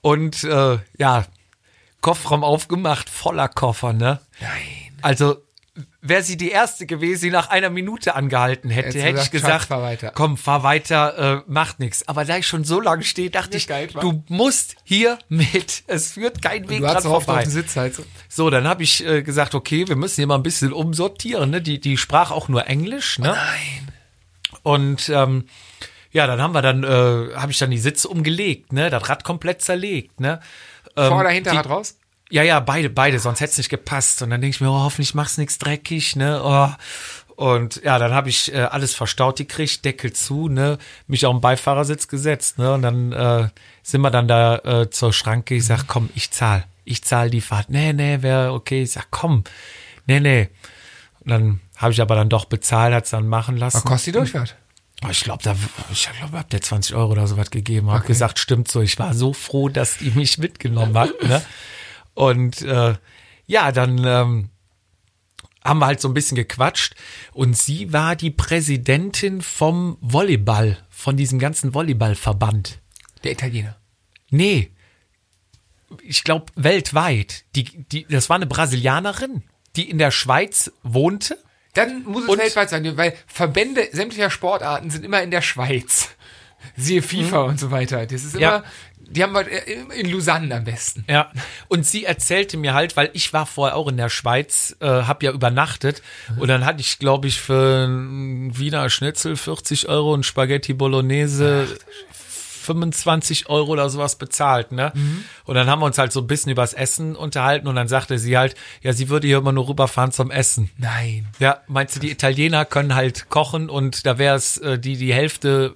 B: Und äh, ja, Kofferraum aufgemacht, voller Koffer, ne?
A: Nein.
B: Also, wäre sie die erste gewesen, die nach einer Minute angehalten hätte,
A: Hättest du
B: hätte ich
A: gesagt, Schatz,
B: gesagt,
A: fahr weiter.
B: komm, fahr weiter, äh, macht nichts. Aber da ich schon so lange stehe, dachte ich,
A: kalt war.
B: du musst hier mit. Es führt kein Weg
A: Du
B: dran
A: hast auch auf
B: vorbei. Ähm,
A: den Sitz halt. so-
B: So, dann habe ich äh, gesagt, okay, wir müssen hier mal ein bisschen umsortieren. Ne? Die, die sprach auch nur Englisch. Ne?
A: Oh Nein.
B: Und ähm, ja, dann haben wir dann, äh, habe ich dann die Sitze umgelegt, ne? Das Rad komplett zerlegt, ne? Ähm,
A: Vorder, hinter
B: die-
A: Rad raus?
B: Ja, ja, beide, beide, sonst hätte es nicht gepasst. Und dann denke ich mir, oh, hoffentlich machst nichts dreckig, ne? Oh. Und ja, dann habe ich äh, alles verstaut gekriegt, Deckel zu, ne? Mich auf den Beifahrersitz gesetzt, ne? Und dann äh, sind wir dann da äh, zur Schranke. Ich sag, komm, ich zahl. Ich zahl die Fahrt. Nee, nee, wäre okay. Ich sag, komm. Nee, nee. Und dann habe ich aber dann doch bezahlt, hat's dann machen lassen.
A: Was kostet die Durchfahrt?
B: Oh, Ich glaube, da, ich glaube, hab der 20 Euro oder sowas gegeben. Hab gesagt, stimmt so. Ich war so froh, dass die mich mitgenommen hat. Ne? Und äh, ja, dann ähm, haben wir halt so ein bisschen gequatscht. Und sie war die Präsidentin vom Volleyball, von diesem ganzen Volleyballverband.
A: Der Italiener.
B: Nee, ich glaube weltweit. Die, die, das war eine Brasilianerin, die in der Schweiz wohnte.
A: Dann muss es
B: Und-
A: weltweit sein, weil Verbände sämtlicher Sportarten sind immer in der Schweiz. Siehe FIFA und so weiter. Das ist immer,
B: Mhm. Ja.
A: die haben wir äh, in Lausanne am besten.
B: Ja, und sie erzählte mir halt, weil ich war vorher auch in der Schweiz, äh, hab ja übernachtet und dann hatte ich, glaube ich, für einen Wiener Schnitzel 40 Euro und Spaghetti Bolognese 25 Euro oder sowas bezahlt, ne? Und dann haben wir uns halt so ein bisschen übers Essen unterhalten und dann sagte sie halt, ja, sie würde hier immer nur rüberfahren zum Essen.
A: Nein.
B: Ja, meinst du, die Italiener können halt kochen und da wäre es äh, die, die Hälfte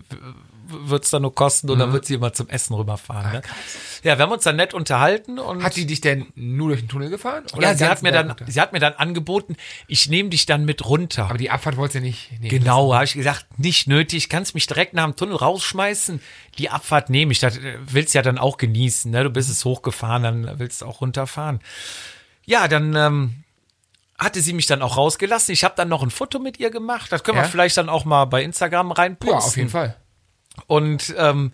B: wird es dann nur kosten und dann wird sie immer zum Essen rüberfahren. Ne? Ja, wir haben uns dann nett unterhalten und
A: Hat die dich denn nur durch den Tunnel gefahren? Oder
B: ja,
A: den
B: sie hat
A: ganzen
B: mir
A: Berg
B: dann,
A: runter?
B: sie hat mir dann angeboten, ich nehme dich dann mit runter.
A: Aber die Abfahrt wollte sie nicht nehmen.
B: Genau, habe ich gesagt, nicht nötig, kannst mich direkt nach dem Tunnel rausschmeißen. Die Abfahrt nehme ich, das äh, willst ja dann auch genießen, ne? Du bist es hochgefahren, dann willst du auch runterfahren. Ja, dann ähm, hatte sie mich dann auch rausgelassen. Ich habe dann noch ein Foto mit ihr gemacht. Das können
A: Ja?
B: wir vielleicht dann auch mal bei Instagram reinposten.
A: Ja, auf jeden Fall.
B: Und ähm,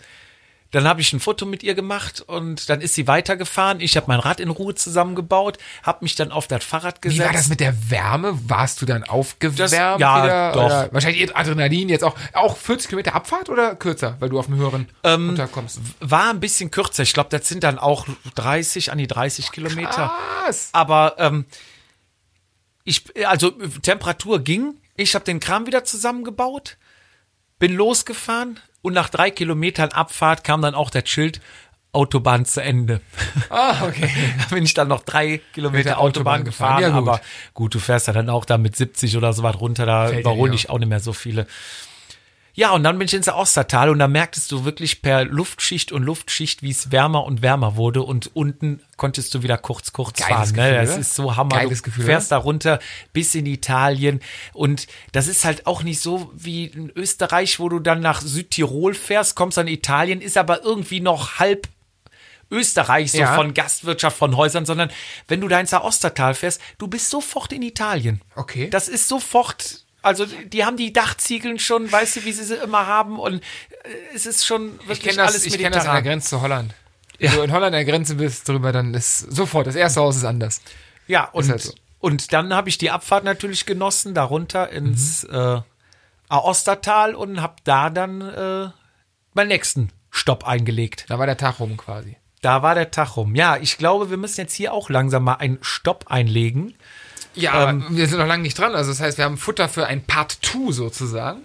B: dann habe ich ein Foto mit ihr gemacht und dann ist sie weitergefahren. Ich habe mein Rad in Ruhe zusammengebaut, habe mich dann auf das Fahrrad
A: Wie
B: gesetzt.
A: war das mit der Wärme? Warst du dann aufgewärmt
B: Das- ja,
A: wieder?
B: doch.
A: Oder wahrscheinlich ihr Adrenalin jetzt auch. Auch 40 Kilometer Abfahrt oder kürzer, weil du auf dem höheren runterkommst?
B: war ein bisschen kürzer. Ich glaube, das sind dann auch 30, an die 30 Kilometer.
A: Was?
B: Aber ähm, ich, also äh, Temperatur ging. Ich habe den Kram wieder zusammengebaut, bin losgefahren und nach drei Kilometern Abfahrt kam dann auch der Schild. Autobahn zu Ende.
A: Ah, okay.
B: Da bin ich dann noch drei Kilometer Autobahn,
A: Autobahn
B: gefahren.
A: gefahren. Ja, gut.
B: Aber gut, du fährst dann auch da mit 70 oder so was runter, da
A: Fällt dir
B: überhole
A: nicht
B: ich auch nicht mehr so viele. Ja, und dann bin ich ins Austertal und da merktest du wirklich per Luftschicht und Luftschicht, wie es wärmer und wärmer wurde und unten konntest du wieder kurz, kurz
A: Geiles
B: fahren. ne?
A: Gefühl,
B: Das
A: oder?
B: ist so Hammer.
A: Geiles
B: du
A: Gefühl,
B: fährst da runter bis in Italien und das ist halt auch nicht so wie in Österreich, wo du dann nach Südtirol fährst, kommst dann in Italien, ist aber irgendwie noch halb Österreich, so
A: Ja.
B: von Gastwirtschaft, von Häusern, sondern wenn du da ins Ostertal fährst, du bist sofort in Italien.
A: Okay.
B: Das ist sofort. Also die haben die Dachziegeln schon, weißt du, wie sie sie immer haben und äh, es ist schon
A: Ich
B: wirklich
A: kenne das,
B: alles
A: ich kenn das an der
B: mediterran.
A: Grenze zu Holland. Wenn du in Holland an der Grenze bist, drüber, dann ist sofort, das erste Haus ist anders.
B: Ja, und,
A: halt so.
B: und dann habe ich die Abfahrt natürlich genossen, darunter
A: Mhm.
B: ins äh, Aostertal und habe da dann äh, meinen nächsten Stopp eingelegt.
A: Da war der Tag rum quasi.
B: Da war der Tag rum. Ja, ich glaube, wir müssen jetzt hier auch langsam mal einen Stopp einlegen.
A: Ja, aber wir sind noch lange nicht dran. Also das heißt, wir haben Futter für ein Part 2 sozusagen.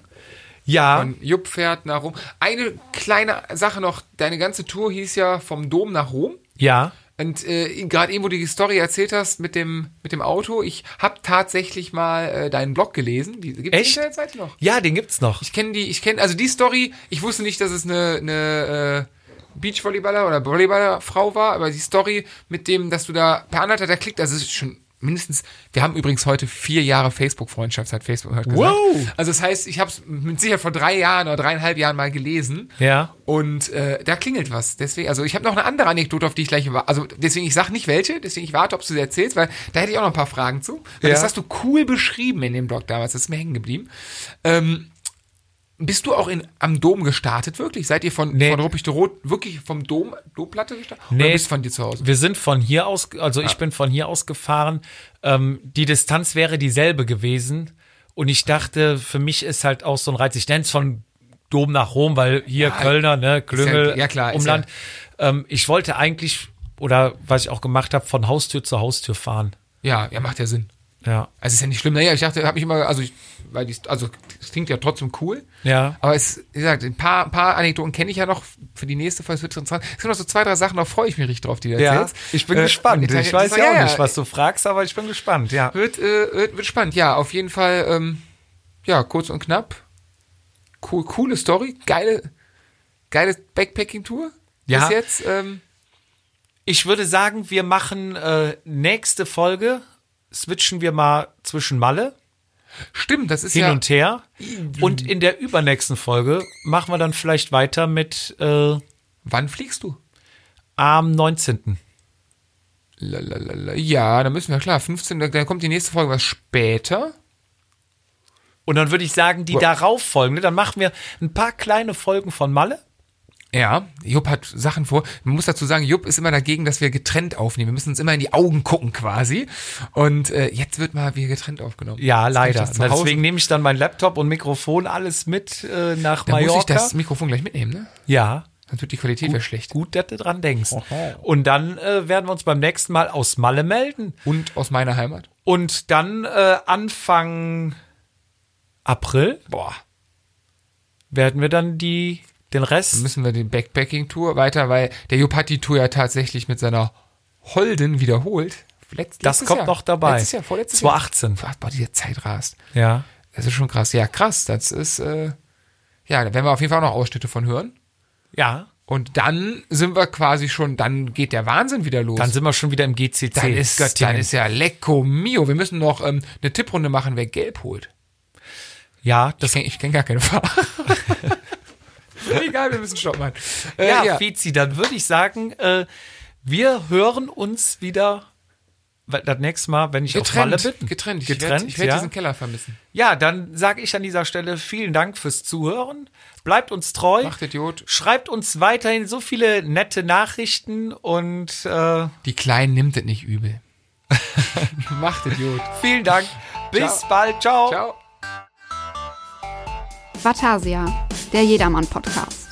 B: Ja,
A: Von Jupp fährt nach Rom. Eine kleine Sache noch. Deine ganze Tour hieß ja vom Dom nach Rom.
B: ja.
A: Und äh, gerade eben, wo du die Story erzählt hast mit dem, mit dem Auto, ich habe tatsächlich mal äh, deinen Blog gelesen. Die, gibt's
B: Echt?
A: die Internetseite noch?
B: Ja, den gibt's noch.
A: Ich kenne die, ich kenne, also die Story, ich wusste nicht, dass es eine, eine äh, Beachvolleyballer oder Volleyballerfrau war, aber die Story mit dem, dass du da per anderthalb da klickt, also es ist schon mindestens, wir haben übrigens heute vier Jahre Facebook-Freundschaft, hat Facebook heute gesagt.
B: Wow.
A: Also das heißt, ich habe es mit Sicherheit vor drei Jahren oder dreieinhalb Jahren mal gelesen.
B: Ja.
A: Und äh, da klingelt was. Deswegen, also ich habe noch eine andere Anekdote, auf die ich gleich wa- Also deswegen, ich sag nicht welche, deswegen ich warte, ob du sie erzählst, weil da hätte ich auch noch ein paar Fragen zu. Weil
B: Ja.
A: Das hast du cool beschrieben in dem Blog damals, das ist mir hängen geblieben. Bist du auch in, am Dom gestartet, wirklich? Seid ihr von,
B: Nee.
A: von Ruppichteroth wirklich vom Dom, Domplatte gestartet? Oder
B: Nee.
A: bist du von dir zu Hause?
B: Wir sind von hier aus, also
A: Ah.
B: ich bin von hier aus gefahren. Ähm, die Distanz wäre dieselbe gewesen. Und ich dachte, für mich ist halt auch so ein Reiz. Ich nenne es von Dom nach Rom, weil hier Kölner, ne, Klüngel,
A: ja klar, ist
B: Umland. Ähm, ich wollte eigentlich, oder was ich auch gemacht habe, von Haustür zu Haustür fahren.
A: Ja, ja, macht ja Sinn.
B: Ja.
A: Also ist ja nicht schlimm. Naja, ich dachte, habe mich immer, also ich, weil die, also es klingt ja trotzdem cool.
B: Ja.
A: Aber es, wie gesagt, ein paar, ein paar Anekdoten kenne ich ja noch für die nächste Folge. Es wird interessant. Es sind noch so zwei, drei Sachen, da freue ich mich richtig drauf, die du erzählst. Äh, und Italien- das war-
B: du fragst, aber ich bin gespannt, ja.
A: Wird, äh, wird, wird spannend. Ja, auf jeden Fall, ähm, ja, kurz und knapp. Cool, coole Story, geile, geile Backpacking-Tour.
B: Ja.
A: Bis jetzt. Ähm,
B: Ich würde sagen, wir machen äh, nächste Folge, switchen wir mal zwischen Malle
A: stimmt, das ist
B: hin
A: ja.
B: und her. Und in der übernächsten Folge machen wir dann vielleicht weiter mit äh,
A: Wann fliegst du?
B: am 19.
A: Lalalala. Ja, da müssen wir klar. 15, dann kommt die nächste Folge was später.
B: Und dann würde ich sagen, die
A: Wo-
B: darauf folgende, dann machen wir ein paar kleine Folgen von Malle.
A: Ja, Jupp hat Sachen vor. Man muss dazu sagen, Jupp ist immer dagegen, dass wir getrennt aufnehmen. Wir müssen uns immer in die Augen gucken quasi. Und äh, jetzt wird mal wir getrennt aufgenommen.
B: Ja,
A: Jetzt kann ich
B: leider.
A: das zu Hause-
B: Deswegen nehme ich dann mein Laptop und Mikrofon alles mit äh, nach
A: da muss ich
B: Mallorca.
A: das Mikrofon gleich mitnehmen, ne?
B: ja.
A: Sonst wird die Qualität wieder schlecht.
B: Gut, dass du dran denkst. Und dann äh, werden wir uns beim nächsten Mal aus Malle melden.
A: Und aus meiner Heimat.
B: Und dann äh, Anfang April
A: Boah.
B: werden wir dann die den Rest.
A: Müssen wir die Backpacking-Tour weiter, weil der Jupp hat die Tour ja tatsächlich mit seiner Holden wiederholt. Letzt,
B: Das
A: letztes
B: kommt
A: Jahr.
B: noch dabei.
A: Letztes Jahr, vorletztes Jahr.
B: 2018.
A: Ach, boah, diese Zeit rast.
B: Ja.
A: Das ist schon krass. Ja, krass. Das ist, äh, ja, da werden wir auf jeden Fall auch noch Ausschnitte von hören.
B: Ja.
A: Und dann sind wir quasi schon, dann geht der Wahnsinn wieder los.
B: Dann sind wir schon wieder im GCC.
A: dann ist,
B: Göttingen.
A: dann ist ja Lecco Mio. Wir müssen noch ähm, eine Tipprunde machen, wer gelb holt.
B: ja, das
A: Ich kenne kenn gar keine Farbe. Egal, wir müssen Stopp machen. Äh,
B: ja, Fizi, dann würde ich sagen, äh, wir hören uns wieder we- das nächste Mal, wenn ich auf
A: Getrennt,
B: Malle bin.
A: getrennt. Ich
B: getrennt,
A: werde ich werd
B: ja.
A: diesen Keller vermissen.
B: Ja, dann sage ich an dieser Stelle vielen Dank fürs Zuhören. Bleibt uns treu.
A: Macht Idiot.
B: Schreibt uns weiterhin so viele nette Nachrichten und äh,
A: Die Kleinen nimmt es nicht übel. Macht Idiot.
B: vielen Dank. Bis
A: Ciao.
B: bald. Ciao.
A: Ciao.
C: Vatasia, der Jedermann-Podcast.